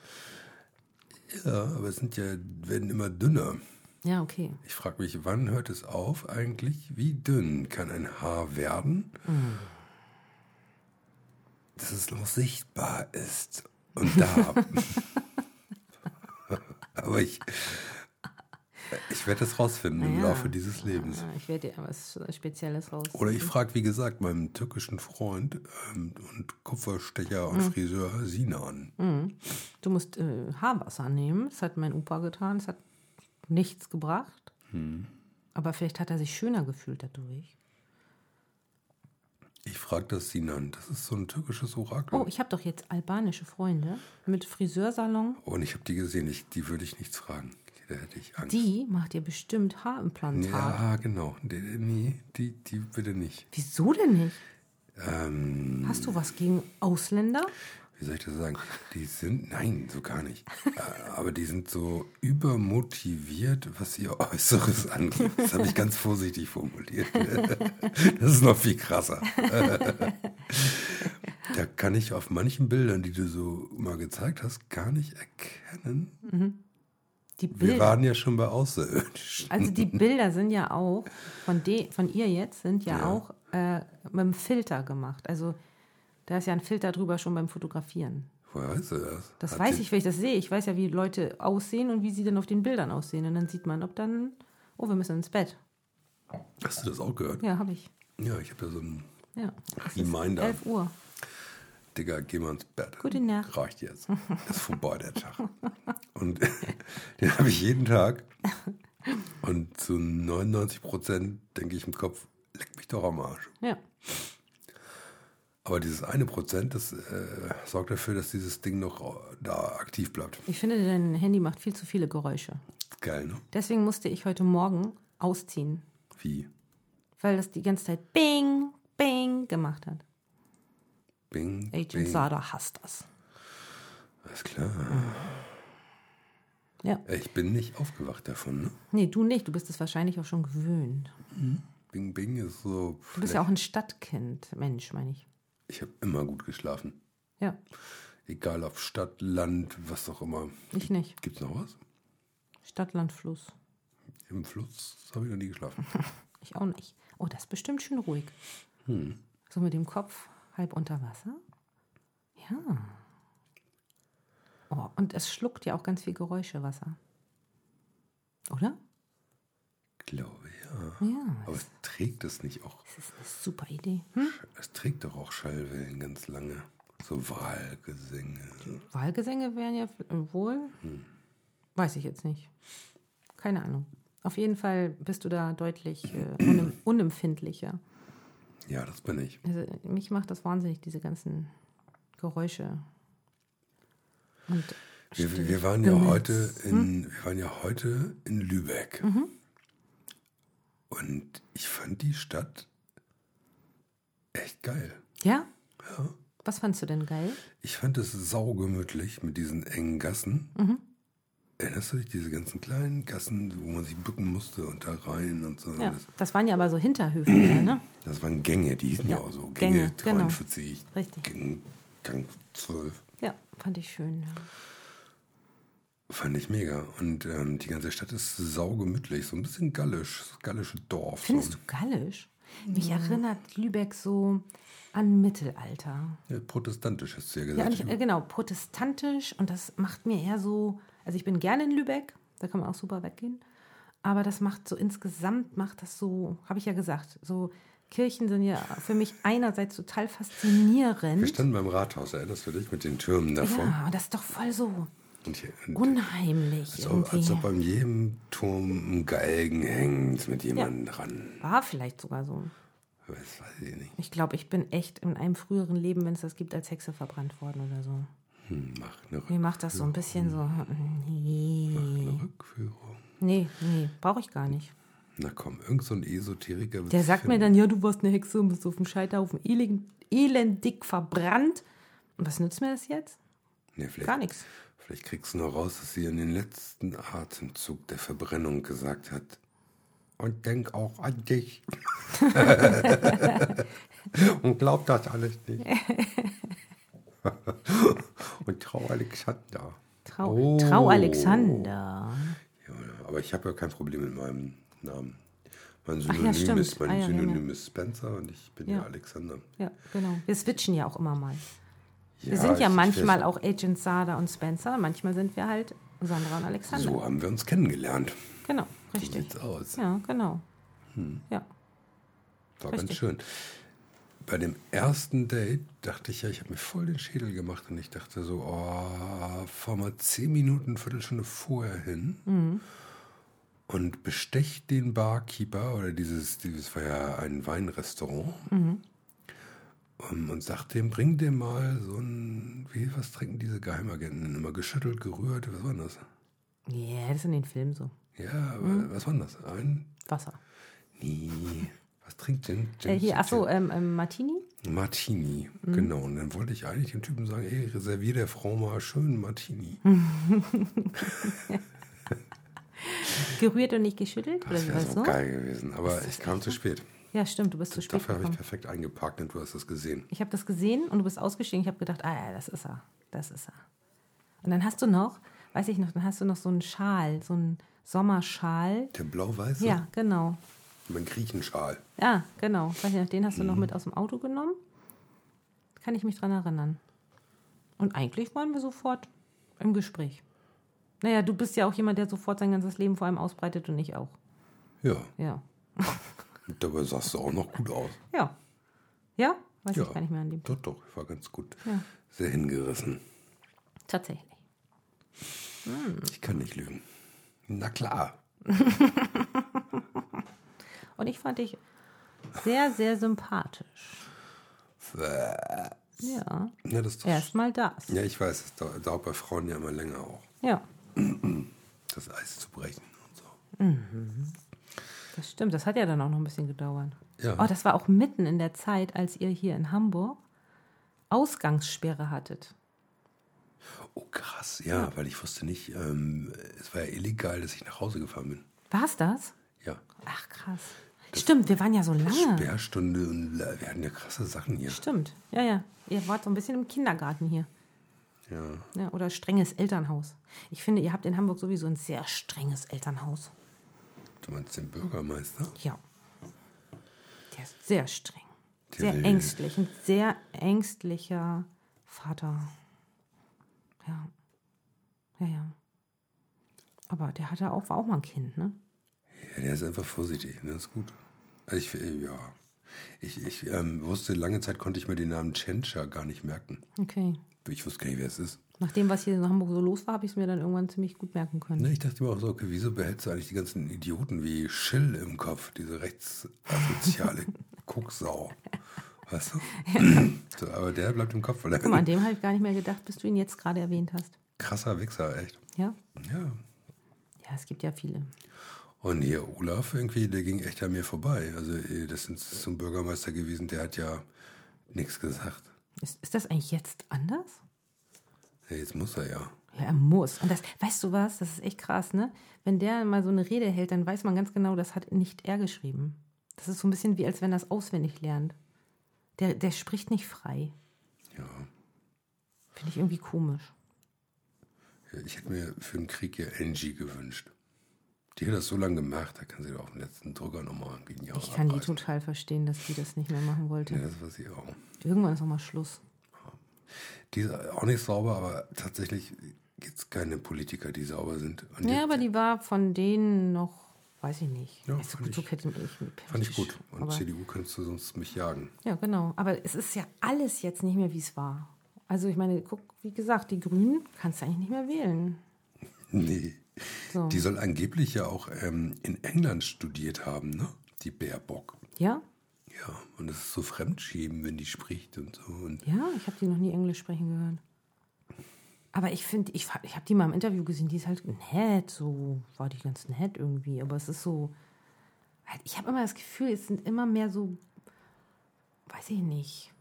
Speaker 1: Ja, aber es sind ja, werden immer dünner.
Speaker 2: Ja, okay.
Speaker 1: Ich frage mich, wann hört es auf eigentlich? Wie dünn kann ein Haar werden,
Speaker 2: Hm.
Speaker 1: dass es noch sichtbar ist und
Speaker 2: [laughs]
Speaker 1: da? Aber ich, ich werde das rausfinden im
Speaker 2: Ja.
Speaker 1: Laufe dieses Lebens.
Speaker 2: Ah, ich werde dir was Spezielles raus.
Speaker 1: Oder ich frage, wie gesagt, meinen türkischen Freund ähm, und Kupferstecher und
Speaker 2: Hm.
Speaker 1: Friseur Sinan.
Speaker 2: Du musst äh, Haarwasser nehmen. Das hat mein Opa getan. Das hat nichts gebracht.
Speaker 1: Hm.
Speaker 2: Aber vielleicht hat er sich schöner gefühlt dadurch.
Speaker 1: Ich frage das Sinan. Das ist so ein türkisches Orakel.
Speaker 2: Oh, ich habe doch jetzt albanische Freunde mit Friseursalon.
Speaker 1: Und ich habe die gesehen. Ich, die würde ich nichts fragen. Da hätte ich Angst.
Speaker 2: Die macht dir bestimmt Haarimplantat.
Speaker 1: Ja, genau. Die- die- Nee, die, die bitte nicht.
Speaker 2: Wieso denn nicht?
Speaker 1: Ähm,
Speaker 2: Hast du was gegen Ausländer?
Speaker 1: wie soll ich das sagen? Die sind, nein, so gar nicht. Äh, Aber die sind so übermotiviert, was ihr Äußeres angeht. Das habe ich
Speaker 2: [laughs]
Speaker 1: ganz vorsichtig formuliert. [laughs] Das ist noch viel
Speaker 2: [laughs]
Speaker 1: krasser. Da kann ich auf manchen Bildern, die du so mal gezeigt hast, gar nicht erkennen.
Speaker 2: Die
Speaker 1: Wir
Speaker 2: Bilder,
Speaker 1: waren ja schon bei Außerirdischen.
Speaker 2: also die Bilder sind ja auch, von, de, von ihr jetzt, sind ja, auch äh, mit einem Filter gemacht. Also da ist ja ein Filter drüber schon beim Fotografieren.
Speaker 1: Woher weißt du das?
Speaker 2: Das
Speaker 1: Hat
Speaker 2: weiß
Speaker 1: die-
Speaker 2: ich, wenn ich das sehe. Ich weiß ja, wie Leute aussehen und wie sie dann auf den Bildern aussehen. Und dann sieht man, ob dann, oh, wir müssen ins Bett.
Speaker 1: Hast du das auch gehört?
Speaker 2: Ja, habe ich.
Speaker 1: Ja, ich habe da so ein
Speaker 2: Ja.
Speaker 1: Reminder.
Speaker 2: 11 Uhr.
Speaker 1: Digga, geh mal ins Bett.
Speaker 2: Gute Nacht.
Speaker 1: Reicht
Speaker 2: [laughs]
Speaker 1: jetzt. Ist vorbei, der Tag. Und [laughs] den habe ich jeden Tag. Und zu 99 Prozent denke ich im Kopf, leck mich doch am Arsch.
Speaker 2: Ja.
Speaker 1: Aber dieses eine Prozent, das äh, sorgt dafür, dass dieses Ding noch da aktiv bleibt.
Speaker 2: Ich finde, dein Handy macht viel zu viele Geräusche.
Speaker 1: Geil, ne?
Speaker 2: Deswegen musste ich heute Morgen ausziehen,
Speaker 1: Wie?
Speaker 2: weil das die ganze Zeit Bing, Bing gemacht hat.
Speaker 1: Bing,
Speaker 2: Agent
Speaker 1: bing.
Speaker 2: Sada hasst das.
Speaker 1: Alles klar. Äh,
Speaker 2: Ja.
Speaker 1: Ich bin nicht aufgewacht davon, ne?
Speaker 2: Nee, du nicht. Du bist es wahrscheinlich auch schon gewöhnt.
Speaker 1: Bing, bing ist so.
Speaker 2: Du bist ja auch ein Stadtkind. Mensch, meine ich.
Speaker 1: Ich habe immer gut geschlafen.
Speaker 2: Ja,
Speaker 1: Egal ob Stadt, Land, was auch immer.
Speaker 2: ich nicht.
Speaker 1: Gibt's noch was?
Speaker 2: Stadt, Land, Fluss.
Speaker 1: Im Fluss habe ich noch nie
Speaker 2: [laughs]
Speaker 1: geschlafen.
Speaker 2: Ich auch nicht. Oh, das ist bestimmt schön ruhig. So mit dem Kopf halb unter Wasser. Ja. Oh, und es schluckt ja auch ganz viel Geräusche Wasser. Oder?
Speaker 1: Glaube ja.
Speaker 2: Ja,
Speaker 1: Aber es trägt es nicht auch.
Speaker 2: das ist eine super Idee. Hm?
Speaker 1: Es trägt doch auch Schallwellen ganz lange. So Wahlgesänge.
Speaker 2: Wahlgesänge wären ja f- wohl.
Speaker 1: Hm.
Speaker 2: Weiß ich jetzt nicht. Keine Ahnung. Auf jeden Fall bist du da deutlich äh, unem unempfindlicher.
Speaker 1: Ja, das bin ich.
Speaker 2: Also, mich macht das wahnsinnig, diese ganzen Geräusche. Und
Speaker 1: Wir,
Speaker 2: Stimmt. Hm?
Speaker 1: wir waren ja
Speaker 2: Gemetz.
Speaker 1: heute in, wir waren ja heute in Lübeck.
Speaker 2: Mhm.
Speaker 1: Und ich fand die Stadt echt geil.
Speaker 2: Ja? Was fandst du denn geil?
Speaker 1: Ich fand es saugemütlich mit diesen engen Gassen.
Speaker 2: Mhm.
Speaker 1: Erinnerst du dich, diese ganzen kleinen Gassen, wo man sich bücken musste und da rein und so.
Speaker 2: Ja,
Speaker 1: Das,
Speaker 2: das waren ja aber so Hinterhöfe, wieder, ne?
Speaker 1: das waren Gänge, die hießen ja,
Speaker 2: Ja,
Speaker 1: auch so. Gänge,
Speaker 2: Gänge, genau.
Speaker 1: 43,
Speaker 2: Richtig.
Speaker 1: Gang, Gang 12.
Speaker 2: Ja, fand ich schön. Ja.
Speaker 1: Fand ich mega. Und ähm, die ganze Stadt ist saugemütlich, so ein bisschen gallisch, das gallische Dorf.
Speaker 2: Findest
Speaker 1: so.
Speaker 2: du gallisch? Mich erinnert Lübeck so an Mittelalter.
Speaker 1: Ja, protestantisch hast du ja
Speaker 2: Ja,
Speaker 1: gesagt.
Speaker 2: eigentlich, äh, genau, protestantisch und das macht mir eher so, also ich bin gerne in Lübeck, da kann man auch super weggehen, aber das macht so insgesamt, macht das so, habe ich ja gesagt, so Kirchen sind ja für mich einerseits total
Speaker 1: wir
Speaker 2: faszinierend.
Speaker 1: standen beim Rathaus, erinnerst du dich, mit den Türmen davor?
Speaker 2: Ja, und das ist doch voll so
Speaker 1: Und hier, und
Speaker 2: unheimlich
Speaker 1: so,
Speaker 2: irgendwie.
Speaker 1: als ob an jedem Turm ein Galgen hängt mit jemandem dran.
Speaker 2: War vielleicht sogar so.
Speaker 1: Das weiß ich nicht.
Speaker 2: Ich glaube, ich bin echt in einem früheren Leben, wenn es das gibt, als Hexe verbrannt worden oder so.
Speaker 1: Hm, mach eine, Rück
Speaker 2: Mir macht das so ein bisschen so, [laughs] nee,
Speaker 1: eine Rückführung.
Speaker 2: nee, nee brauche ich gar nicht.
Speaker 1: Na komm, irgend so ein Esoteriker.
Speaker 2: Der sagt mir dann, ja, du warst eine Hexe und bist auf dem Scheiterhaufen elend, elendig verbrannt. Und was nützt mir das jetzt?
Speaker 1: nee, vielleicht,
Speaker 2: Gar nichts.
Speaker 1: Vielleicht kriegst du noch raus, dass sie in den letzten Atemzug der Verbrennung gesagt hat. Und denk auch an
Speaker 2: [laughs]
Speaker 1: dich. und glaub das alles
Speaker 2: [laughs]
Speaker 1: nicht. und trau Alexander.
Speaker 2: Trau,
Speaker 1: Oh.
Speaker 2: Trau Alexander.
Speaker 1: Ja, aber ich habe ja kein Problem mit meinem Namen. Mein
Speaker 2: ja,
Speaker 1: Synonym,
Speaker 2: stimmt.
Speaker 1: ist, mein
Speaker 2: Ah, ja,
Speaker 1: Synonym
Speaker 2: ja,
Speaker 1: ist Spencer und ich bin ja,
Speaker 2: Ja.
Speaker 1: Alexander.
Speaker 2: Ja, genau. Wir switchen ja auch immer mal. Wir
Speaker 1: Ja,
Speaker 2: sind ja
Speaker 1: ich- ich
Speaker 2: manchmal
Speaker 1: weiß-
Speaker 2: auch Agent Sada und Spencer, manchmal sind wir halt Sandra und Alexander.
Speaker 1: So haben wir uns kennengelernt.
Speaker 2: Genau,
Speaker 1: So
Speaker 2: richtig.
Speaker 1: sieht's aus.
Speaker 2: Ja, genau.
Speaker 1: Hm.
Speaker 2: Ja.
Speaker 1: War ganz
Speaker 2: Richtig.
Speaker 1: schön. Bei dem ersten Date dachte ich ja, ich habe mir voll den Schädel gemacht und ich dachte so, oh, fahr mal zehn Minuten, Viertelstunde vorher hin
Speaker 2: Mhm.
Speaker 1: und bestech den Barkeeper oder dieses, dieses war ja ein Weinrestaurant
Speaker 2: Mhm.
Speaker 1: ähm, und sag dem, bring dem mal so ein, wie, was trinken diese Geheimagenten immer, geschüttelt, gerührt, was war denn das?
Speaker 2: Ja, das ist in den Filmen so.
Speaker 1: Ja,
Speaker 2: Mhm.
Speaker 1: was war denn das? Ein?
Speaker 2: Wasser.
Speaker 1: Nee. Was trinkt denn?
Speaker 2: Äh,
Speaker 1: Gin-
Speaker 2: hier, achso, ähm, ähm, Martini?
Speaker 1: Martini,
Speaker 2: Mhm.
Speaker 1: genau. Und dann wollte ich eigentlich dem Typen sagen, ey, reservier der Frau mal schön Martini.
Speaker 2: Hm, Gerührt und nicht geschüttelt? Oder
Speaker 1: Das
Speaker 2: wie
Speaker 1: wäre
Speaker 2: war's
Speaker 1: so geil gewesen. Aber ich kam zu spät.
Speaker 2: Ja, stimmt, du bist zu spät
Speaker 1: Dafür habe ich
Speaker 2: gekommen.
Speaker 1: perfekt eingeparkt und du hast das gesehen.
Speaker 2: Ich habe das gesehen und du bist ausgestiegen. Ich habe gedacht, ah ja, das ist er. Das ist er. Und dann hast du noch, weiß ich noch, dann hast du noch so einen Schal, so einen Sommerschal.
Speaker 1: Der blau-weiße,
Speaker 2: Ja, genau.
Speaker 1: mein Griechenschal.
Speaker 2: Ja, genau. Weiß ich noch, den hast du noch mit aus dem Auto genommen. Kann ich mich dran erinnern. Und eigentlich waren wir sofort im Gespräch. Naja, du bist ja auch jemand, der sofort sein ganzes Leben vor allem ausbreitet und ich auch.
Speaker 1: Ja,
Speaker 2: Ja.
Speaker 1: und dabei sahst du auch noch gut aus.
Speaker 2: Ja. Ja? Weiß
Speaker 1: Ja,
Speaker 2: ich gar nicht mehr an dem.
Speaker 1: Doch, doch, ich war ganz gut.
Speaker 2: Ja.
Speaker 1: Sehr hingerissen.
Speaker 2: Tatsächlich. Mhm.
Speaker 1: Ich kann nicht lügen. Na klar.
Speaker 2: Und ich fand dich sehr, sehr sympathisch. Ja.
Speaker 1: Na, das ist doch
Speaker 2: Erstmal das.
Speaker 1: ja, ich weiß, es dau- dauert bei Frauen ja immer länger auch,
Speaker 2: Ja,
Speaker 1: das Eis zu brechen und so.
Speaker 2: Das stimmt, das hat ja dann auch noch ein bisschen gedauert.
Speaker 1: Ja.
Speaker 2: Oh, das war auch mitten in der Zeit, als ihr hier in Hamburg Ausgangssperre hattet.
Speaker 1: Oh krass, ja, weil ich wusste nicht, ähm, es war ja illegal, dass ich nach Hause gefahren bin.
Speaker 2: War es das?
Speaker 1: Ja.
Speaker 2: Ach krass. Stimmt, wir waren ja so
Speaker 1: Ah.
Speaker 2: lange.
Speaker 1: Sperrstunde und la- wir hatten ja krasse Sachen hier.
Speaker 2: Stimmt, ja, ja. Ihr wart so ein bisschen im Kindergarten hier.
Speaker 1: Ja.
Speaker 2: Ja, oder strenges Elternhaus. Ich finde, ihr habt in Hamburg sowieso ein sehr strenges Elternhaus.
Speaker 1: Du meinst den Bürgermeister?
Speaker 2: Ja. Der ist sehr streng.
Speaker 1: Der
Speaker 2: Sehr
Speaker 1: will-
Speaker 2: ängstlich. Ein sehr ängstlicher Vater. Ja. Ja, ja. Aber der hatte auch, war auch mal ein Kind, ne?
Speaker 1: Ja, der ist einfach vorsichtig, ne? ist gut. Also ich, äh, ja. Ich, ich ähm, wusste, lange Zeit konnte ich mir den Namen Tschentscher gar nicht merken.
Speaker 2: Okay.
Speaker 1: Ich wusste gar nicht, wer es ist.
Speaker 2: Nach dem, was hier in Hamburg so los war, habe ich es mir dann irgendwann ziemlich gut merken können.
Speaker 1: Ne, ich dachte mir auch so, okay, wieso behältst du eigentlich die ganzen Idioten wie Schill im Kopf, diese [laughs] rechtsasoziale Kucksau? Weißt du? so, aber der bleibt im Kopf, weil
Speaker 2: Guck mal, an
Speaker 1: er
Speaker 2: dem habe ich gar nicht mehr gedacht, bis du ihn jetzt gerade erwähnt hast.
Speaker 1: krasser Wichser, echt.
Speaker 2: Ja?
Speaker 1: Ja.
Speaker 2: Ja, es gibt ja viele.
Speaker 1: Und hier Olaf irgendwie, der ging echt an mir vorbei. Also äh, das ist zum Bürgermeister gewesen, der hat ja nichts gesagt.
Speaker 2: Ist, ist das eigentlich jetzt anders?
Speaker 1: Ja, jetzt muss er ja.
Speaker 2: Ja, er muss. Und das, weißt du was? Das ist echt krass, ne? Wenn der mal so eine Rede hält, dann weiß man ganz genau, das hat nicht er geschrieben. Das ist so ein bisschen wie, als wenn er es auswendig lernt. Der, der spricht nicht frei.
Speaker 1: Ja.
Speaker 2: Finde ich irgendwie komisch.
Speaker 1: Ja, Ich hätte mir für den Krieg ja Angie gewünscht. Die hat das so lange gemacht, da kann sie doch auf den letzten Drücker nochmal gegen die
Speaker 2: Ich kann die total verstehen, dass die das nicht mehr machen
Speaker 1: Oh Ja,
Speaker 2: wollte.
Speaker 1: das weiß ich auch.
Speaker 2: Irgendwann ist auch mal Schluss.
Speaker 1: Die ist auch nicht sauber, aber tatsächlich gibt es keine Politiker, die sauber sind. Und
Speaker 2: Ja,
Speaker 1: die
Speaker 2: aber die war von denen noch, weiß ich nicht.
Speaker 1: Ja,
Speaker 2: Also
Speaker 1: fand
Speaker 2: gut, so
Speaker 1: ich-
Speaker 2: hätte ich,
Speaker 1: fand ich gut. Und
Speaker 2: aber-
Speaker 1: CDU kannst du sonst mich jagen. [laughs]
Speaker 2: Ja, genau. Aber es ist ja alles jetzt nicht mehr, wie es war. Also ich meine, guck, wie gesagt, die Grünen kannst du eigentlich nicht mehr wählen.
Speaker 1: Nee.
Speaker 2: So.
Speaker 1: Die soll angeblich ja auch ähm, in England studiert haben, ne? Die Baerbock.
Speaker 2: Ja?
Speaker 1: Ja, und das ist so Fremdschämen, wenn die spricht und so. Und
Speaker 2: Ja, ich habe die noch nie Englisch sprechen gehört. Aber ich finde, ich, fa- ich habe die mal im Interview gesehen, die ist halt nett, so war die ganz nett irgendwie. Aber es ist so, halt, ich habe immer das Gefühl, es sind immer mehr so, weiß ich nicht,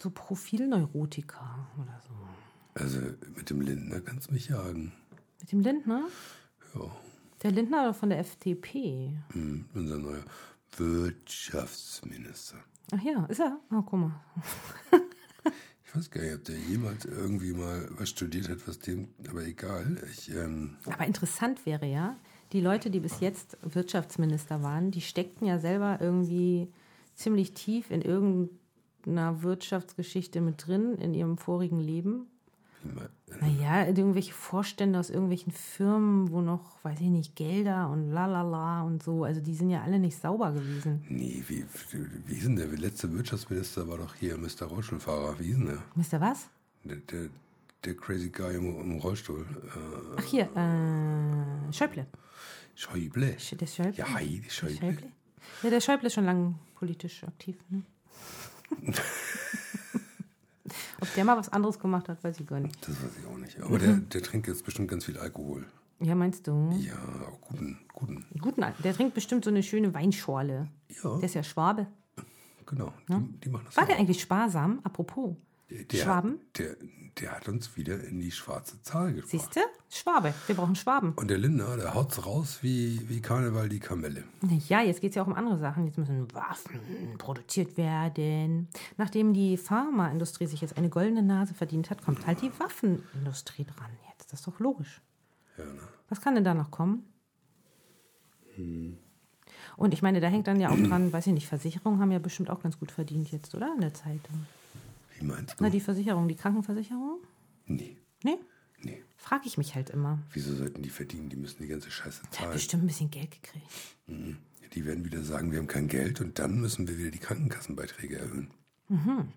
Speaker 2: so Profilneurotiker oder so.
Speaker 1: also mit dem Lindner kannst du mich jagen.
Speaker 2: Mit dem Lindner?
Speaker 1: Ja.
Speaker 2: Der Lindner von der FDP.
Speaker 1: Hm, unser neuer Wirtschaftsminister.
Speaker 2: Ach ja, ist er? Oh, guck mal.
Speaker 1: Ich weiß gar nicht, ob der jemals irgendwie mal was studiert hat, was dem, aber egal. Ich, ähm,
Speaker 2: Aber interessant wäre ja, die Leute, die bis jetzt Wirtschaftsminister waren, die steckten ja selber irgendwie ziemlich tief in irgendeiner Wirtschaftsgeschichte mit drin in ihrem vorigen Leben.
Speaker 1: wie mal-
Speaker 2: Naja, irgendwelche Vorstände aus irgendwelchen Firmen, wo noch, weiß ich nicht, Gelder und lalala und so. Also die sind ja alle nicht sauber gewesen.
Speaker 1: nee, wie, wie ist denn der letzte Wirtschaftsminister war doch hier, Mr. Rollstuhlfahrer, wie ist denn der?
Speaker 2: Mister was?
Speaker 1: Der, der, der crazy guy im, im Rollstuhl.
Speaker 2: Ach hier, äh, Schäuble.
Speaker 1: Äh, Schäuble.
Speaker 2: Sch- Der Schäuble.
Speaker 1: Ja, Heidi Schäuble.
Speaker 2: Schäuble? Ja, der Schäuble ist schon lange politisch aktiv. Ne? Ob der mal was anderes gemacht hat, weiß ich gar nicht.
Speaker 1: Das weiß ich auch nicht.
Speaker 2: Mhm.
Speaker 1: Aber der, der trinkt jetzt bestimmt ganz viel Alkohol.
Speaker 2: Ja, meinst du?
Speaker 1: Ja, auch guten, guten.
Speaker 2: Guten, Al- der trinkt bestimmt so eine schöne Weinschorle.
Speaker 1: Ja,
Speaker 2: Der ist ja Schwabe.
Speaker 1: genau. Die, die machen das
Speaker 2: War
Speaker 1: auch.
Speaker 2: der eigentlich sparsam? Apropos.
Speaker 1: der,
Speaker 2: Schwaben?
Speaker 1: Der, der hat uns wieder in die schwarze Zahl gebracht.
Speaker 2: Siehst du? Schwabe. Wir brauchen Schwaben.
Speaker 1: Und der Lindner, der haut's raus wie, wie Karneval die Kamelle.
Speaker 2: Ja, jetzt geht es ja auch um andere Sachen. Jetzt müssen Waffen produziert werden. Nachdem die Pharmaindustrie sich jetzt eine goldene Nase verdient hat, kommt halt die Waffenindustrie dran. Jetzt, das ist doch logisch.
Speaker 1: Ja, ne?
Speaker 2: Was kann denn da noch kommen? Und ich meine, da hängt dann ja auch dran, weiß ich nicht, Versicherungen haben ja bestimmt auch ganz gut verdient jetzt, oder? In der Zeitung.
Speaker 1: Wie meinst du?
Speaker 2: Na, die Versicherung, die Krankenversicherung?
Speaker 1: nee,
Speaker 2: Nee?
Speaker 1: nee.
Speaker 2: Frage ich mich halt immer.
Speaker 1: Wieso sollten die verdienen? Die müssen die ganze Scheiße
Speaker 2: Der hat
Speaker 1: zahlen.
Speaker 2: bestimmt ein bisschen Geld gekriegt.
Speaker 1: Die werden wieder sagen, wir haben kein Geld und dann müssen wir wieder die Krankenkassenbeiträge erhöhen.
Speaker 2: Mhm.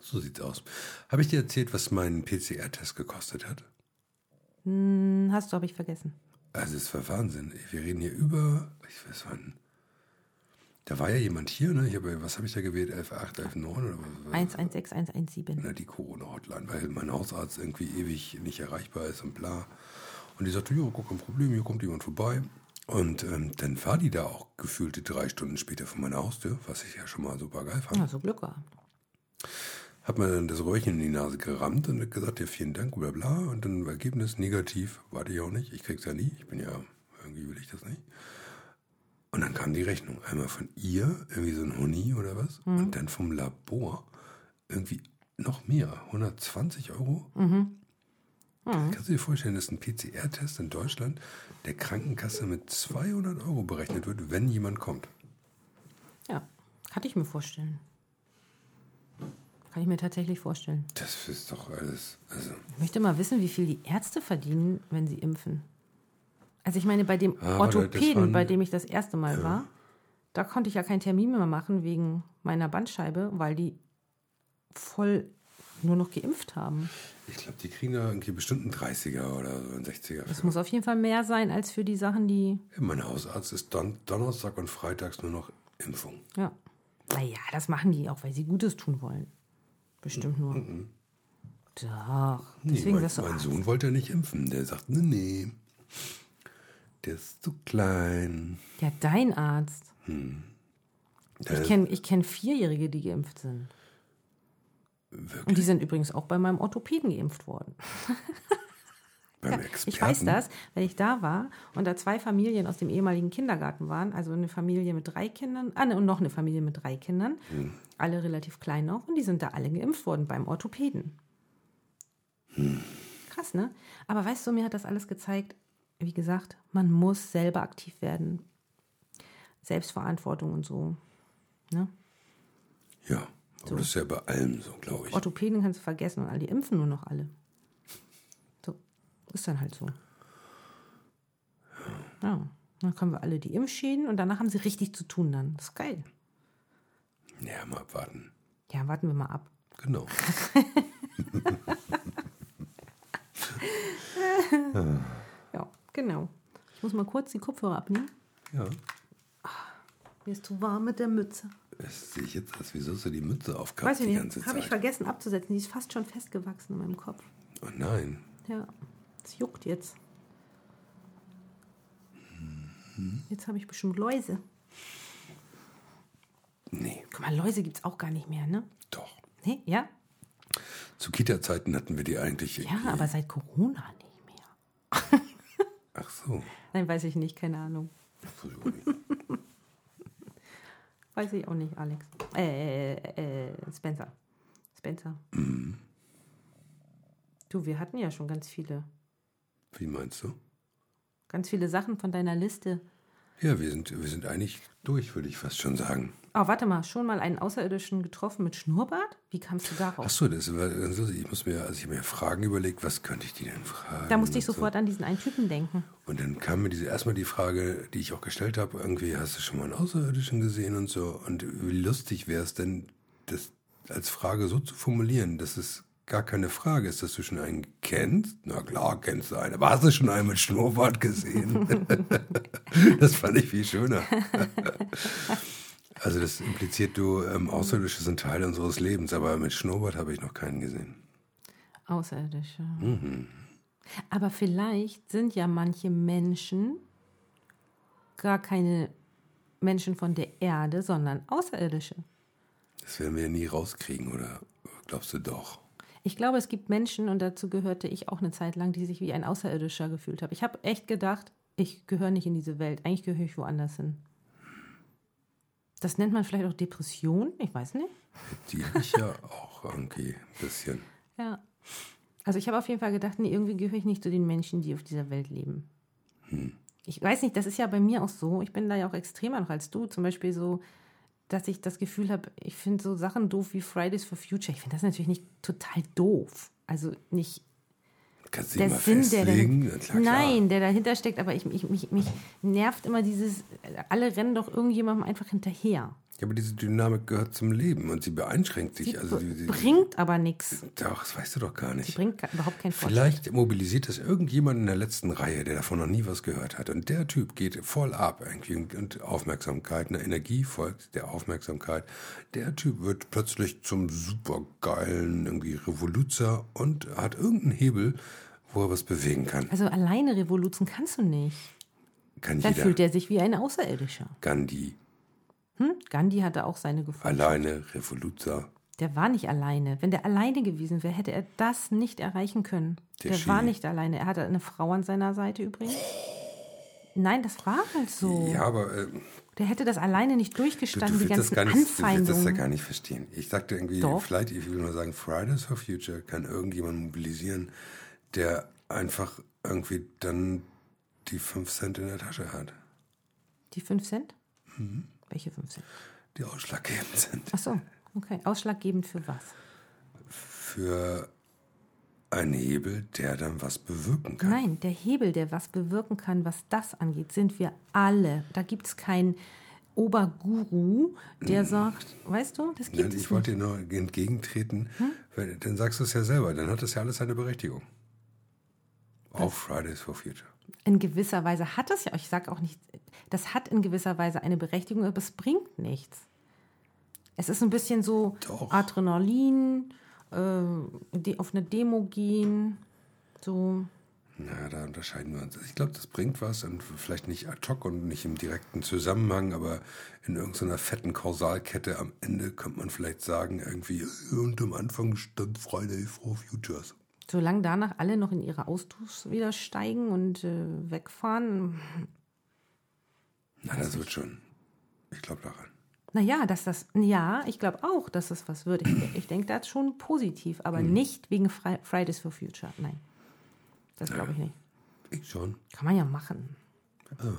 Speaker 1: So sieht's aus. Habe ich dir erzählt, was mein PCR-Test gekostet hat?
Speaker 2: Hm, hast du, habe ich vergessen.
Speaker 1: Also es war Wahnsinn. Wir reden hier über, ich weiß wann. Da war ja jemand hier, ne? Ich habe, was habe ich da gewählt? 11.8, 11.9 oder was?
Speaker 2: 116117.
Speaker 1: na, die Corona-Hotline, weil mein Hausarzt irgendwie ewig nicht erreichbar ist und bla. Und die sagte, ja, gar kein Problem, hier kommt jemand vorbei. Und ähm, dann war die da auch gefühlte drei Stunden später vor meiner Haustür, was ich ja schon mal super geil fand.
Speaker 2: Ja, so Glück gehabt.
Speaker 1: Hat mir dann das Röhrchen in die Nase gerammt und hat gesagt, ja, vielen Dank, bla bla. Und dann war Ergebnis negativ, warte ich auch nicht, ich krieg's ja nie, ich bin ja, irgendwie will ich das nicht. Und dann kam die Rechnung, einmal von ihr, irgendwie so ein Honi oder was, und dann vom Labor irgendwie noch mehr, 120 Euro. Kannst du dir vorstellen, dass ein PCR-Test in Deutschland der Krankenkasse mit 200 Euro berechnet wird, wenn jemand kommt?
Speaker 2: Ja, kann ich mir vorstellen. Kann ich mir tatsächlich vorstellen.
Speaker 1: Das ist doch alles, also...
Speaker 2: Ich möchte mal wissen, wie viel die Ärzte verdienen, wenn sie impfen. Also ich meine, bei dem
Speaker 1: Ah, aber das
Speaker 2: Orthopäden,
Speaker 1: waren-
Speaker 2: bei dem ich das erste Mal war, da konnte ich ja keinen Termin mehr machen wegen meiner Bandscheibe, weil die voll nur noch geimpft haben.
Speaker 1: Ich glaube, die kriegen da irgendwie bestimmt einen 30er oder so, einen 60er.
Speaker 2: Das muss auf jeden Fall mehr sein als für die Sachen, die.
Speaker 1: Ja, mein Hausarzt ist Don Donnerstag und Freitags nur noch Impfung.
Speaker 2: Ja. Naja, das machen die auch, weil sie Gutes tun wollen. Bestimmt nur.
Speaker 1: Mhm.
Speaker 2: Doch.
Speaker 1: Nee,
Speaker 2: Deswegen
Speaker 1: mein,
Speaker 2: wirst du
Speaker 1: mein
Speaker 2: Arzt.
Speaker 1: Sohn wollte nicht impfen. Der sagt, nee, nee, der ist zu klein.
Speaker 2: Ja, dein Arzt.
Speaker 1: Der
Speaker 2: Ich kenne ich kenn Vierjährige, die geimpft sind.
Speaker 1: wirklich
Speaker 2: Und die sind übrigens auch bei meinem Orthopäden geimpft worden.
Speaker 1: beim Experten.
Speaker 2: Ich weiß das, weil ich da war und da zwei Familien aus dem ehemaligen Kindergarten waren, also eine Familie mit drei Kindern, ah, ne, und noch eine Familie mit drei Kindern, alle relativ klein noch, und die sind da alle geimpft worden beim Orthopäden. Krass, ne? Aber weißt du, mir hat das alles gezeigt, wie gesagt, man muss selber aktiv werden. Selbstverantwortung und so. Ne?
Speaker 1: Ja, aber das ist ja bei allem so, glaube ich.
Speaker 2: Orthopäden kannst du vergessen und all die impfen nur noch alle. So, ist dann halt so. Ja, dann können wir alle die Impfschäden und danach haben sie richtig zu tun dann. Das ist geil.
Speaker 1: Ja, mal abwarten.
Speaker 2: Ja, warten wir mal ab.
Speaker 1: Genau.
Speaker 2: Ja, genau. Ich muss mal kurz die Kopfhörer abnehmen.
Speaker 1: Ja.
Speaker 2: Mir ist zu warm mit der Mütze.
Speaker 1: Das sehe ich jetzt erst. Wieso hast du die Mütze aufgehabt
Speaker 2: Weiß ich
Speaker 1: die ganze
Speaker 2: nicht, habe ich
Speaker 1: Zeit?
Speaker 2: vergessen abzusetzen. Die ist fast schon festgewachsen in meinem Kopf.
Speaker 1: oh nein.
Speaker 2: Ja, es juckt jetzt.
Speaker 1: Hm.
Speaker 2: Jetzt habe ich bestimmt Läuse.
Speaker 1: Nee,
Speaker 2: Guck mal, Läuse gibt es auch gar nicht mehr, ne?
Speaker 1: doch.
Speaker 2: Nee, ja?
Speaker 1: Zu Kita-Zeiten hatten wir die eigentlich.
Speaker 2: Ja,
Speaker 1: irgendwie.
Speaker 2: aber seit Corona nicht mehr.
Speaker 1: Ach so.
Speaker 2: Nein, weiß ich nicht, keine Ahnung. Weiß ich auch nicht, Alex. Äh, äh, äh, Spencer. Spencer. Du, wir hatten ja schon ganz viele,
Speaker 1: Wie meinst du?
Speaker 2: ganz viele Sachen von deiner Liste.
Speaker 1: Ja, wir sind, wir sind eigentlich durch, würde ich fast schon sagen.
Speaker 2: Oh, warte mal, schon mal einen Außerirdischen getroffen mit Schnurrbart? Wie kamst du darauf?
Speaker 1: Achso, das war, also ich muss mir, also ich habe mir Fragen überlegt, was könnte ich die denn fragen?
Speaker 2: Da musste ich
Speaker 1: und
Speaker 2: sofort an diesen einen Typen denken.
Speaker 1: So. Und dann kam mir diese erstmal die Frage, die ich auch gestellt habe, irgendwie hast du schon mal einen Außerirdischen gesehen und so. Und wie lustig wäre es denn, das als Frage so zu formulieren, dass es gar keine Frage ist, dass du schon einen kennst. Na klar, kennst du einen, aber hast du schon einen mit Schnurrbart gesehen? das fand ich viel schöner. Also das impliziert, du, ähm, Außerirdische sind Teil unseres Lebens, aber mit Schnurrbart habe ich noch keinen gesehen.
Speaker 2: Außerirdische. Aber vielleicht sind ja manche Menschen gar keine Menschen von der Erde, sondern Außerirdische.
Speaker 1: Das werden wir ja nie rauskriegen, oder glaubst du doch?
Speaker 2: Ich glaube, es gibt Menschen, und dazu gehörte ich auch eine Zeit lang, die sich wie ein Außerirdischer gefühlt haben. Ich habe echt gedacht, ich gehöre nicht in diese Welt. Eigentlich gehöre ich woanders hin. Das nennt man vielleicht auch Depression. Ich weiß nicht.
Speaker 1: Die hab ich ja auch irgendwie ein bisschen.
Speaker 2: Ja. Also ich habe auf jeden Fall gedacht, nee, irgendwie gehöre ich nicht zu den Menschen, die auf dieser Welt leben. Ich weiß nicht, das ist ja bei mir auch so. Ich bin da ja auch extremer noch als du. Zum Beispiel so, dass ich das Gefühl habe, ich finde so Sachen doof wie Fridays for Future. Ich finde das natürlich nicht total doof. Also nicht
Speaker 1: Kannst du die
Speaker 2: der
Speaker 1: mal
Speaker 2: Sinn, der
Speaker 1: festlegen? Na
Speaker 2: dahin-
Speaker 1: klar, klar.
Speaker 2: Nein, der dahinter steckt, aber ich, ich, mich, mich nervt immer dieses, alle rennen doch irgendjemandem einfach hinterher.
Speaker 1: Ja, aber diese Dynamik gehört zum Leben und sie beeinschränkt sich.
Speaker 2: Die
Speaker 1: also die,
Speaker 2: b-
Speaker 1: die,
Speaker 2: bringt aber nichts.
Speaker 1: doch, das weißt du doch gar
Speaker 2: Die
Speaker 1: nicht.
Speaker 2: bringt gar- überhaupt keinen Fortschritt.
Speaker 1: Vielleicht mobilisiert das irgendjemand in der letzten Reihe, der davon noch nie was gehört hat. Und der Typ geht voll ab irgendwie und- und Aufmerksamkeit, eine Energie folgt der Aufmerksamkeit. Der Typ wird plötzlich zum supergeilen irgendwie Revoluzer und hat irgendeinen Hebel, wo er was bewegen kann.
Speaker 2: Also alleine Revolution kannst du nicht.
Speaker 1: Kann
Speaker 2: Dann
Speaker 1: jeder.
Speaker 2: fühlt er sich wie ein Außerirdischer.
Speaker 1: Gandhi,
Speaker 2: Hm? Gandhi hatte auch seine Gefühle.
Speaker 1: alleine, Revoluzer.
Speaker 2: Der war nicht alleine. Wenn der alleine gewesen wäre, hätte er das nicht erreichen können.
Speaker 1: Der
Speaker 2: Der, war
Speaker 1: Ski.
Speaker 2: nicht alleine. Er hatte eine Frau an seiner Seite übrigens. Nein, das war halt so.
Speaker 1: Ja, aber äh, du,
Speaker 2: Der hätte das alleine nicht durchgestanden,
Speaker 1: du,
Speaker 2: die
Speaker 1: willst das
Speaker 2: ganzen
Speaker 1: gar nicht, du willst das ja
Speaker 2: Anfeindungen.
Speaker 1: gar nicht verstehen. Ich sagte irgendwie,
Speaker 2: Doch.
Speaker 1: vielleicht, ich will nur sagen, Fridays for Future kann irgendjemand mobilisieren, der einfach irgendwie dann die 5 Cent in der Tasche hat,
Speaker 2: Die 5 Cent?
Speaker 1: Mhm.
Speaker 2: Welche 5 Cent?
Speaker 1: die ausschlaggebend sind
Speaker 2: Ach so, okay. Ausschlaggebend für was?
Speaker 1: für einen Hebel, der dann was bewirken kann.
Speaker 2: Nein, der Hebel, der was bewirken kann, was das angeht, sind wir alle. Da gibt es keinen Oberguru, der sagt, weißt du, das
Speaker 1: Mhm. Nein,
Speaker 2: gibt
Speaker 1: ich
Speaker 2: es
Speaker 1: wollte dir nur entgegentreten,
Speaker 2: Hm?
Speaker 1: weil, dann sagst du es ja selber, dann hat das ja alles seine Berechtigung. Auch Fridays for Future.
Speaker 2: In gewisser Weise hat das ja, ich sage auch nicht, das hat in gewisser Weise eine Berechtigung, aber es bringt nichts. Es ist ein bisschen so
Speaker 1: Doch.
Speaker 2: Adrenalin, äh, die auf eine Demo gehen, so.
Speaker 1: Na, da unterscheiden wir uns. Ich glaube, das bringt was und vielleicht nicht ad hoc und nicht im direkten Zusammenhang, aber in irgendeiner fetten Kausalkette am Ende könnte man vielleicht sagen, irgendwie, und am Anfang stand Fridays for Futures.
Speaker 2: Solange danach alle noch in ihre Autos wieder steigen und äh, wegfahren,
Speaker 1: Na, das wird schon. Ich glaube daran.
Speaker 2: naja, dass das, ja, ich glaube auch, dass das was wird. Ich, ich denke, das ist schon positiv, aber nicht wegen Fri- Fridays for Future, nein. Das glaube ich nicht.
Speaker 1: Ich schon.
Speaker 2: Kann man ja machen.
Speaker 1: Ah.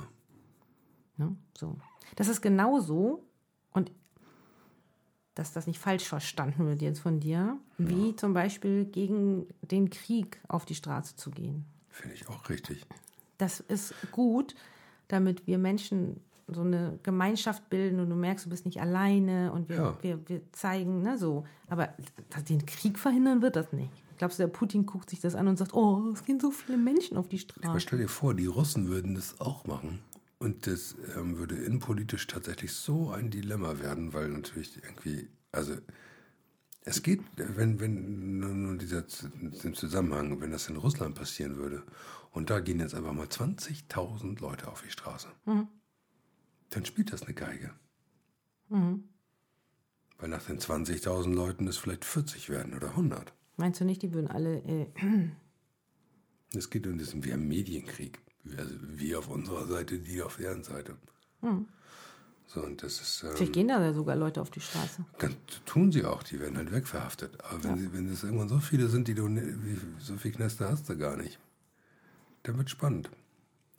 Speaker 2: Ne? So. Das ist genauso, und dass das nicht falsch verstanden wird jetzt von dir, wie zum Beispiel gegen den Krieg auf die Straße zu gehen.
Speaker 1: Finde ich auch richtig.
Speaker 2: Das ist gut, damit wir Menschen so eine Gemeinschaft bilden und du merkst, du bist nicht alleine und wir,
Speaker 1: Ja.
Speaker 2: wir, wir zeigen, ne, so. Aber dass den Krieg verhindern wird das nicht. Glaubst du, der Putin guckt sich das an und sagt, oh, es gehen so viele Menschen auf die
Speaker 1: Aber
Speaker 2: Straße.
Speaker 1: stell dir vor, die Russen würden das auch machen. Und das ähm, würde innenpolitisch tatsächlich so ein Dilemma werden, weil natürlich irgendwie, also es geht, wenn, wenn nur, nur dieser Z- im Zusammenhang, wenn das in Russland passieren würde, und da gehen jetzt einfach mal 20.000 Leute auf die Straße, dann spielt das eine Geige. Weil nach den 20.000 Leuten es vielleicht 40 werden oder 100.
Speaker 2: Meinst du nicht, die würden alle äh,
Speaker 1: Es geht um diesen, wir haben Medienkrieg. Also wir auf unserer Seite, die auf deren Seite.
Speaker 2: Hm.
Speaker 1: So, und das ist. Ähm,
Speaker 2: Vielleicht gehen da ja sogar Leute auf die Straße.
Speaker 1: ganz, tun sie auch, die werden halt wegverhaftet. Aber wenn, sie, wenn es irgendwann so viele sind, die du. ne- Wie, so viel Knäste hast du gar nicht. Dann wird spannend.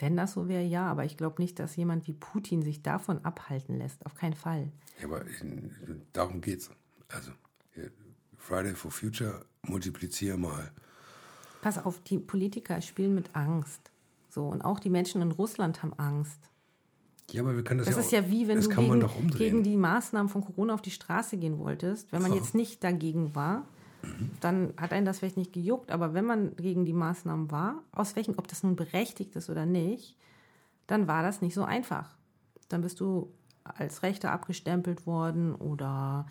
Speaker 2: Wenn das so wäre, ja, aber ich glaube nicht, dass jemand wie Putin sich davon abhalten lässt. Auf keinen Fall.
Speaker 1: Ja, aber in, darum geht's. Also, äh, Friday for Future, multiplizier mal.
Speaker 2: Pass auf, die Politiker spielen mit Angst. So, und auch die Menschen in Russland haben Angst.
Speaker 1: Ja, aber wir können das,
Speaker 2: Das
Speaker 1: ja
Speaker 2: ist ja wie, wenn
Speaker 1: das
Speaker 2: du
Speaker 1: kann man
Speaker 2: gegen,
Speaker 1: doch umdrehen.
Speaker 2: gegen die Maßnahmen von Corona auf die Straße gehen wolltest. Wenn man jetzt nicht dagegen war, dann hat einen das vielleicht nicht gejuckt. Aber wenn man gegen die Maßnahmen war, aus welchen, ob das nun berechtigt ist oder nicht, dann war das nicht so einfach. Dann bist du als Rechter abgestempelt worden oder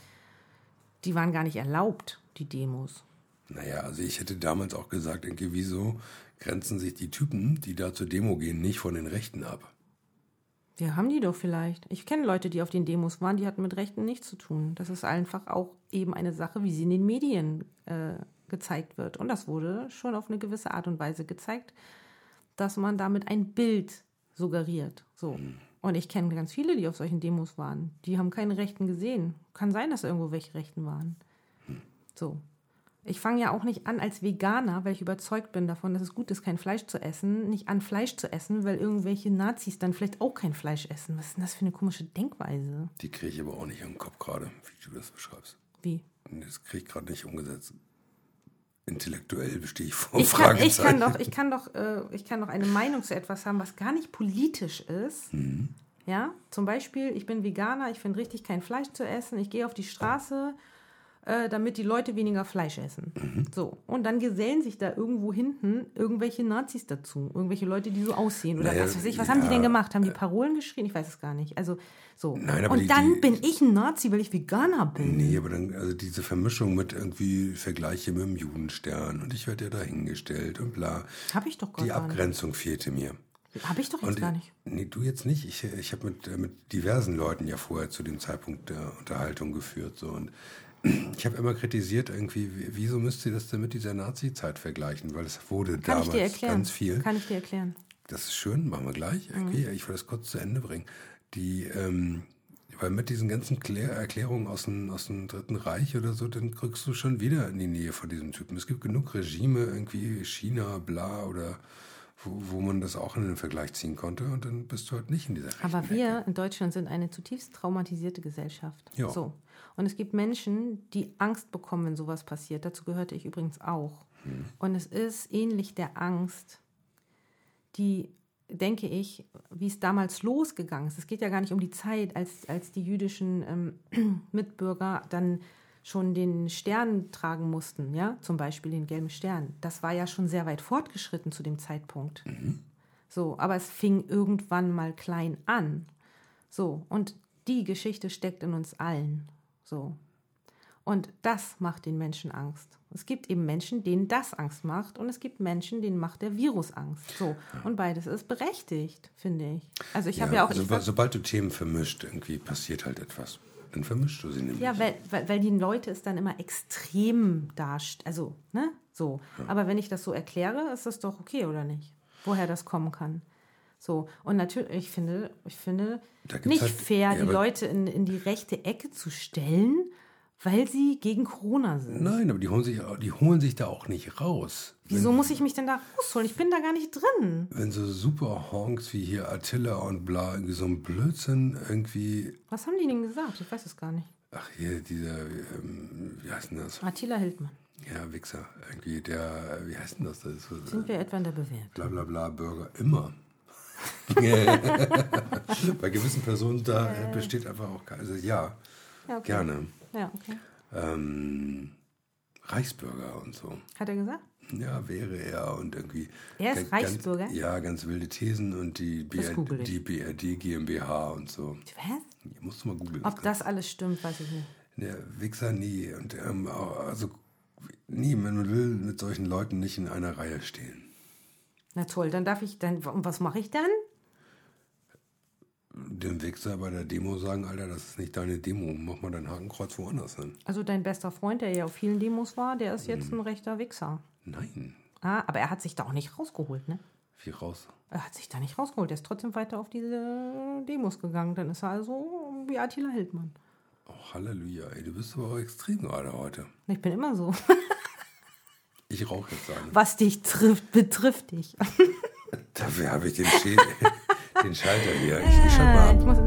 Speaker 2: die waren gar nicht erlaubt, die Demos.
Speaker 1: Naja, also ich hätte damals auch gesagt, irgendwie, wieso grenzen sich die Typen, die da zur Demo gehen, nicht von den Rechten ab?
Speaker 2: Ja, haben die doch vielleicht. Ich kenne Leute, die auf den Demos waren, die hatten mit Rechten nichts zu tun. Das ist einfach auch eben eine Sache, wie sie in den Medien äh, gezeigt wird. Und das wurde schon auf eine gewisse Art und Weise gezeigt, dass man damit ein Bild suggeriert. So. Und ich kenne ganz viele, die auf solchen Demos waren. Die haben keine Rechten gesehen. Kann sein, dass irgendwo welche Rechten waren. So. Ich fange ja auch nicht an als Veganer, weil ich überzeugt bin davon, dass es gut ist, kein Fleisch zu essen, nicht an Fleisch zu essen, weil irgendwelche Nazis dann vielleicht auch kein Fleisch essen. Was ist denn das für eine komische Denkweise?
Speaker 1: Die kriege ich aber auch nicht im Kopf gerade, wie du das beschreibst.
Speaker 2: Wie?
Speaker 1: Und das kriege ich gerade nicht umgesetzt. Intellektuell bestehe ich vor
Speaker 2: Ich kann, ich
Speaker 1: Fragezeichen.
Speaker 2: kann doch, ich kann doch, äh, ich kann doch eine Meinung zu etwas haben, was gar nicht politisch ist.
Speaker 1: Mhm.
Speaker 2: Ja, zum Beispiel, ich bin Veganer, ich finde richtig kein Fleisch zu essen, ich gehe auf die Straße, äh, damit die Leute weniger Fleisch essen.
Speaker 1: Mhm.
Speaker 2: So. Und dann gesellen sich da irgendwo hinten irgendwelche Nazis dazu, irgendwelche Leute, die so aussehen. Oder
Speaker 1: Naja,
Speaker 2: was weiß ich, was haben die
Speaker 1: ja,
Speaker 2: denn gemacht? Haben die Parolen geschrien? Ich weiß es gar nicht. Also so.
Speaker 1: Nein, aber
Speaker 2: Und
Speaker 1: die-
Speaker 2: dann
Speaker 1: die-
Speaker 2: bin ich ein Nazi, weil ich Veganer bin.
Speaker 1: Nee, aber dann, also diese Vermischung mit irgendwie Vergleiche mit dem Judenstern und ich werde ja dahingestellt und bla.
Speaker 2: Hab ich doch gar
Speaker 1: Die
Speaker 2: gar nicht.
Speaker 1: Abgrenzung fehlte mir.
Speaker 2: Habe ich doch jetzt
Speaker 1: Und,
Speaker 2: gar nicht.
Speaker 1: Nee, du jetzt nicht. Ich, ich habe mit, äh, mit diversen Leuten ja vorher zu dem Zeitpunkt der Unterhaltung geführt. So. Und [clears throat] ich habe immer kritisiert, irgendwie, w- wieso müsst ihr das denn mit dieser Nazi-Zeit vergleichen? Weil es wurde
Speaker 2: Kann ich dir
Speaker 1: damals
Speaker 2: erklären.
Speaker 1: ganz viel.
Speaker 2: Kann ich dir erklären.
Speaker 1: Das ist schön, machen wir gleich.
Speaker 2: Mhm.
Speaker 1: Irgendwie. Ich will das kurz zu Ende bringen. Die, ähm, weil mit diesen ganzen Klär Erklärungen aus dem, aus dem Dritten Reich oder so, dann rückst du schon wieder in die Nähe von diesem Typen. Es gibt genug Regime, irgendwie China, bla oder wo, wo man das auch in den Vergleich ziehen konnte und dann bist du halt nicht in dieser rechten
Speaker 2: Aber
Speaker 1: Ecke.
Speaker 2: wir in Deutschland sind eine zutiefst traumatisierte Gesellschaft.
Speaker 1: Ja.
Speaker 2: So. Und es gibt Menschen, die Angst bekommen, wenn sowas passiert. Dazu gehörte ich übrigens auch. Und es ist ähnlich der Angst, die, denke ich, wie es damals losgegangen ist. Es geht ja gar nicht um die Zeit, als, als die jüdischen ähm, [clears throat] Mitbürger dann schon den Stern tragen mussten, ja, zum Beispiel den gelben Stern. Das war ja schon sehr weit fortgeschritten zu dem Zeitpunkt. So, aber es fing irgendwann mal klein an. So, und die Geschichte steckt in uns allen. So. Und das macht den Menschen Angst. Es gibt eben Menschen, denen das Angst macht und es gibt Menschen, denen macht der Virus Angst. So. Und beides ist berechtigt, finde ich. Also ich habe ja auch
Speaker 1: so,
Speaker 2: ich war-
Speaker 1: sobald du Themen vermischt, irgendwie passiert halt etwas. Dann vermischst du sie nämlich.
Speaker 2: Ja, weil, weil, weil die Leute es dann immer extrem darstellen. Also, ne? So. Aber wenn ich das so erkläre, ist das doch okay, oder nicht? Woher das kommen kann. So. Und natürlich, ich finde, ich finde
Speaker 1: Da gibt's
Speaker 2: nicht
Speaker 1: halt-
Speaker 2: fair,
Speaker 1: ja,
Speaker 2: die
Speaker 1: aber-
Speaker 2: Leute in, in die rechte Ecke zu stellen, weil sie gegen Corona sind.
Speaker 1: Nein, aber die holen sich, die holen sich da auch nicht raus.
Speaker 2: Wieso muss ich mich denn da rausholen? Ich bin da gar nicht drin.
Speaker 1: Wenn so super Honks wie hier Attila und bla, irgendwie so ein Blödsinn, irgendwie,
Speaker 2: Was haben die denn gesagt? Ich weiß es gar nicht.
Speaker 1: ach hier, dieser, ähm, wie heißt denn das?
Speaker 2: Attila Hildmann.
Speaker 1: Ja, Wichser, irgendwie der, wie heißt denn das? das ist, so-
Speaker 2: Sind wir etwa in der Bewehr?
Speaker 1: bla bla bla, Bürger, immer. [laughs] Bei gewissen Personen da äh, besteht einfach auch, keine- also ja,
Speaker 2: Ja, okay.
Speaker 1: gerne.
Speaker 2: Ja, okay.
Speaker 1: Ähm, Reichsbürger und so.
Speaker 2: Hat er gesagt?
Speaker 1: Ja, wäre er und irgendwie.
Speaker 2: Er
Speaker 1: ganz-
Speaker 2: ist Reichsbürger?
Speaker 1: Ja, ganz wilde Thesen und die, BR,
Speaker 2: google ich.
Speaker 1: die BRD GmbH und so.
Speaker 2: Was?
Speaker 1: Ja, Musst du mal googeln.
Speaker 2: Ob das alles stimmt, weiß ich nicht.
Speaker 1: Der Wichser nie. Und ähm, auch- also nie, man will mit solchen Leuten nicht in einer Reihe stehen.
Speaker 2: Na toll, dann darf ich, dann, und was mache ich dann?
Speaker 1: Dem Wichser bei der Demo sagen, Alter, das ist nicht deine Demo, mach mal dein Hakenkreuz woanders hin.
Speaker 2: Also dein bester Freund, der ja auf vielen Demos war, der ist jetzt ein rechter Wichser.
Speaker 1: Nein.
Speaker 2: Ah, aber er hat sich da auch nicht rausgeholt, ne?
Speaker 1: Wie raus.
Speaker 2: Er hat sich da nicht rausgeholt. Er ist trotzdem weiter auf diese Demos gegangen. Dann ist er also wie Attila Hildmann.
Speaker 1: Oh, Halleluja, ey, du bist aber auch extrem gerade heute.
Speaker 2: Ich bin immer so. [laughs]
Speaker 1: Ich rauche jetzt eine.
Speaker 2: Was dich trifft, betrifft dich.
Speaker 1: Dafür habe ich [laughs] den, Schädel, den Schalter hier. Ich schau mal
Speaker 2: [laughs] Ich
Speaker 1: ab.
Speaker 2: muss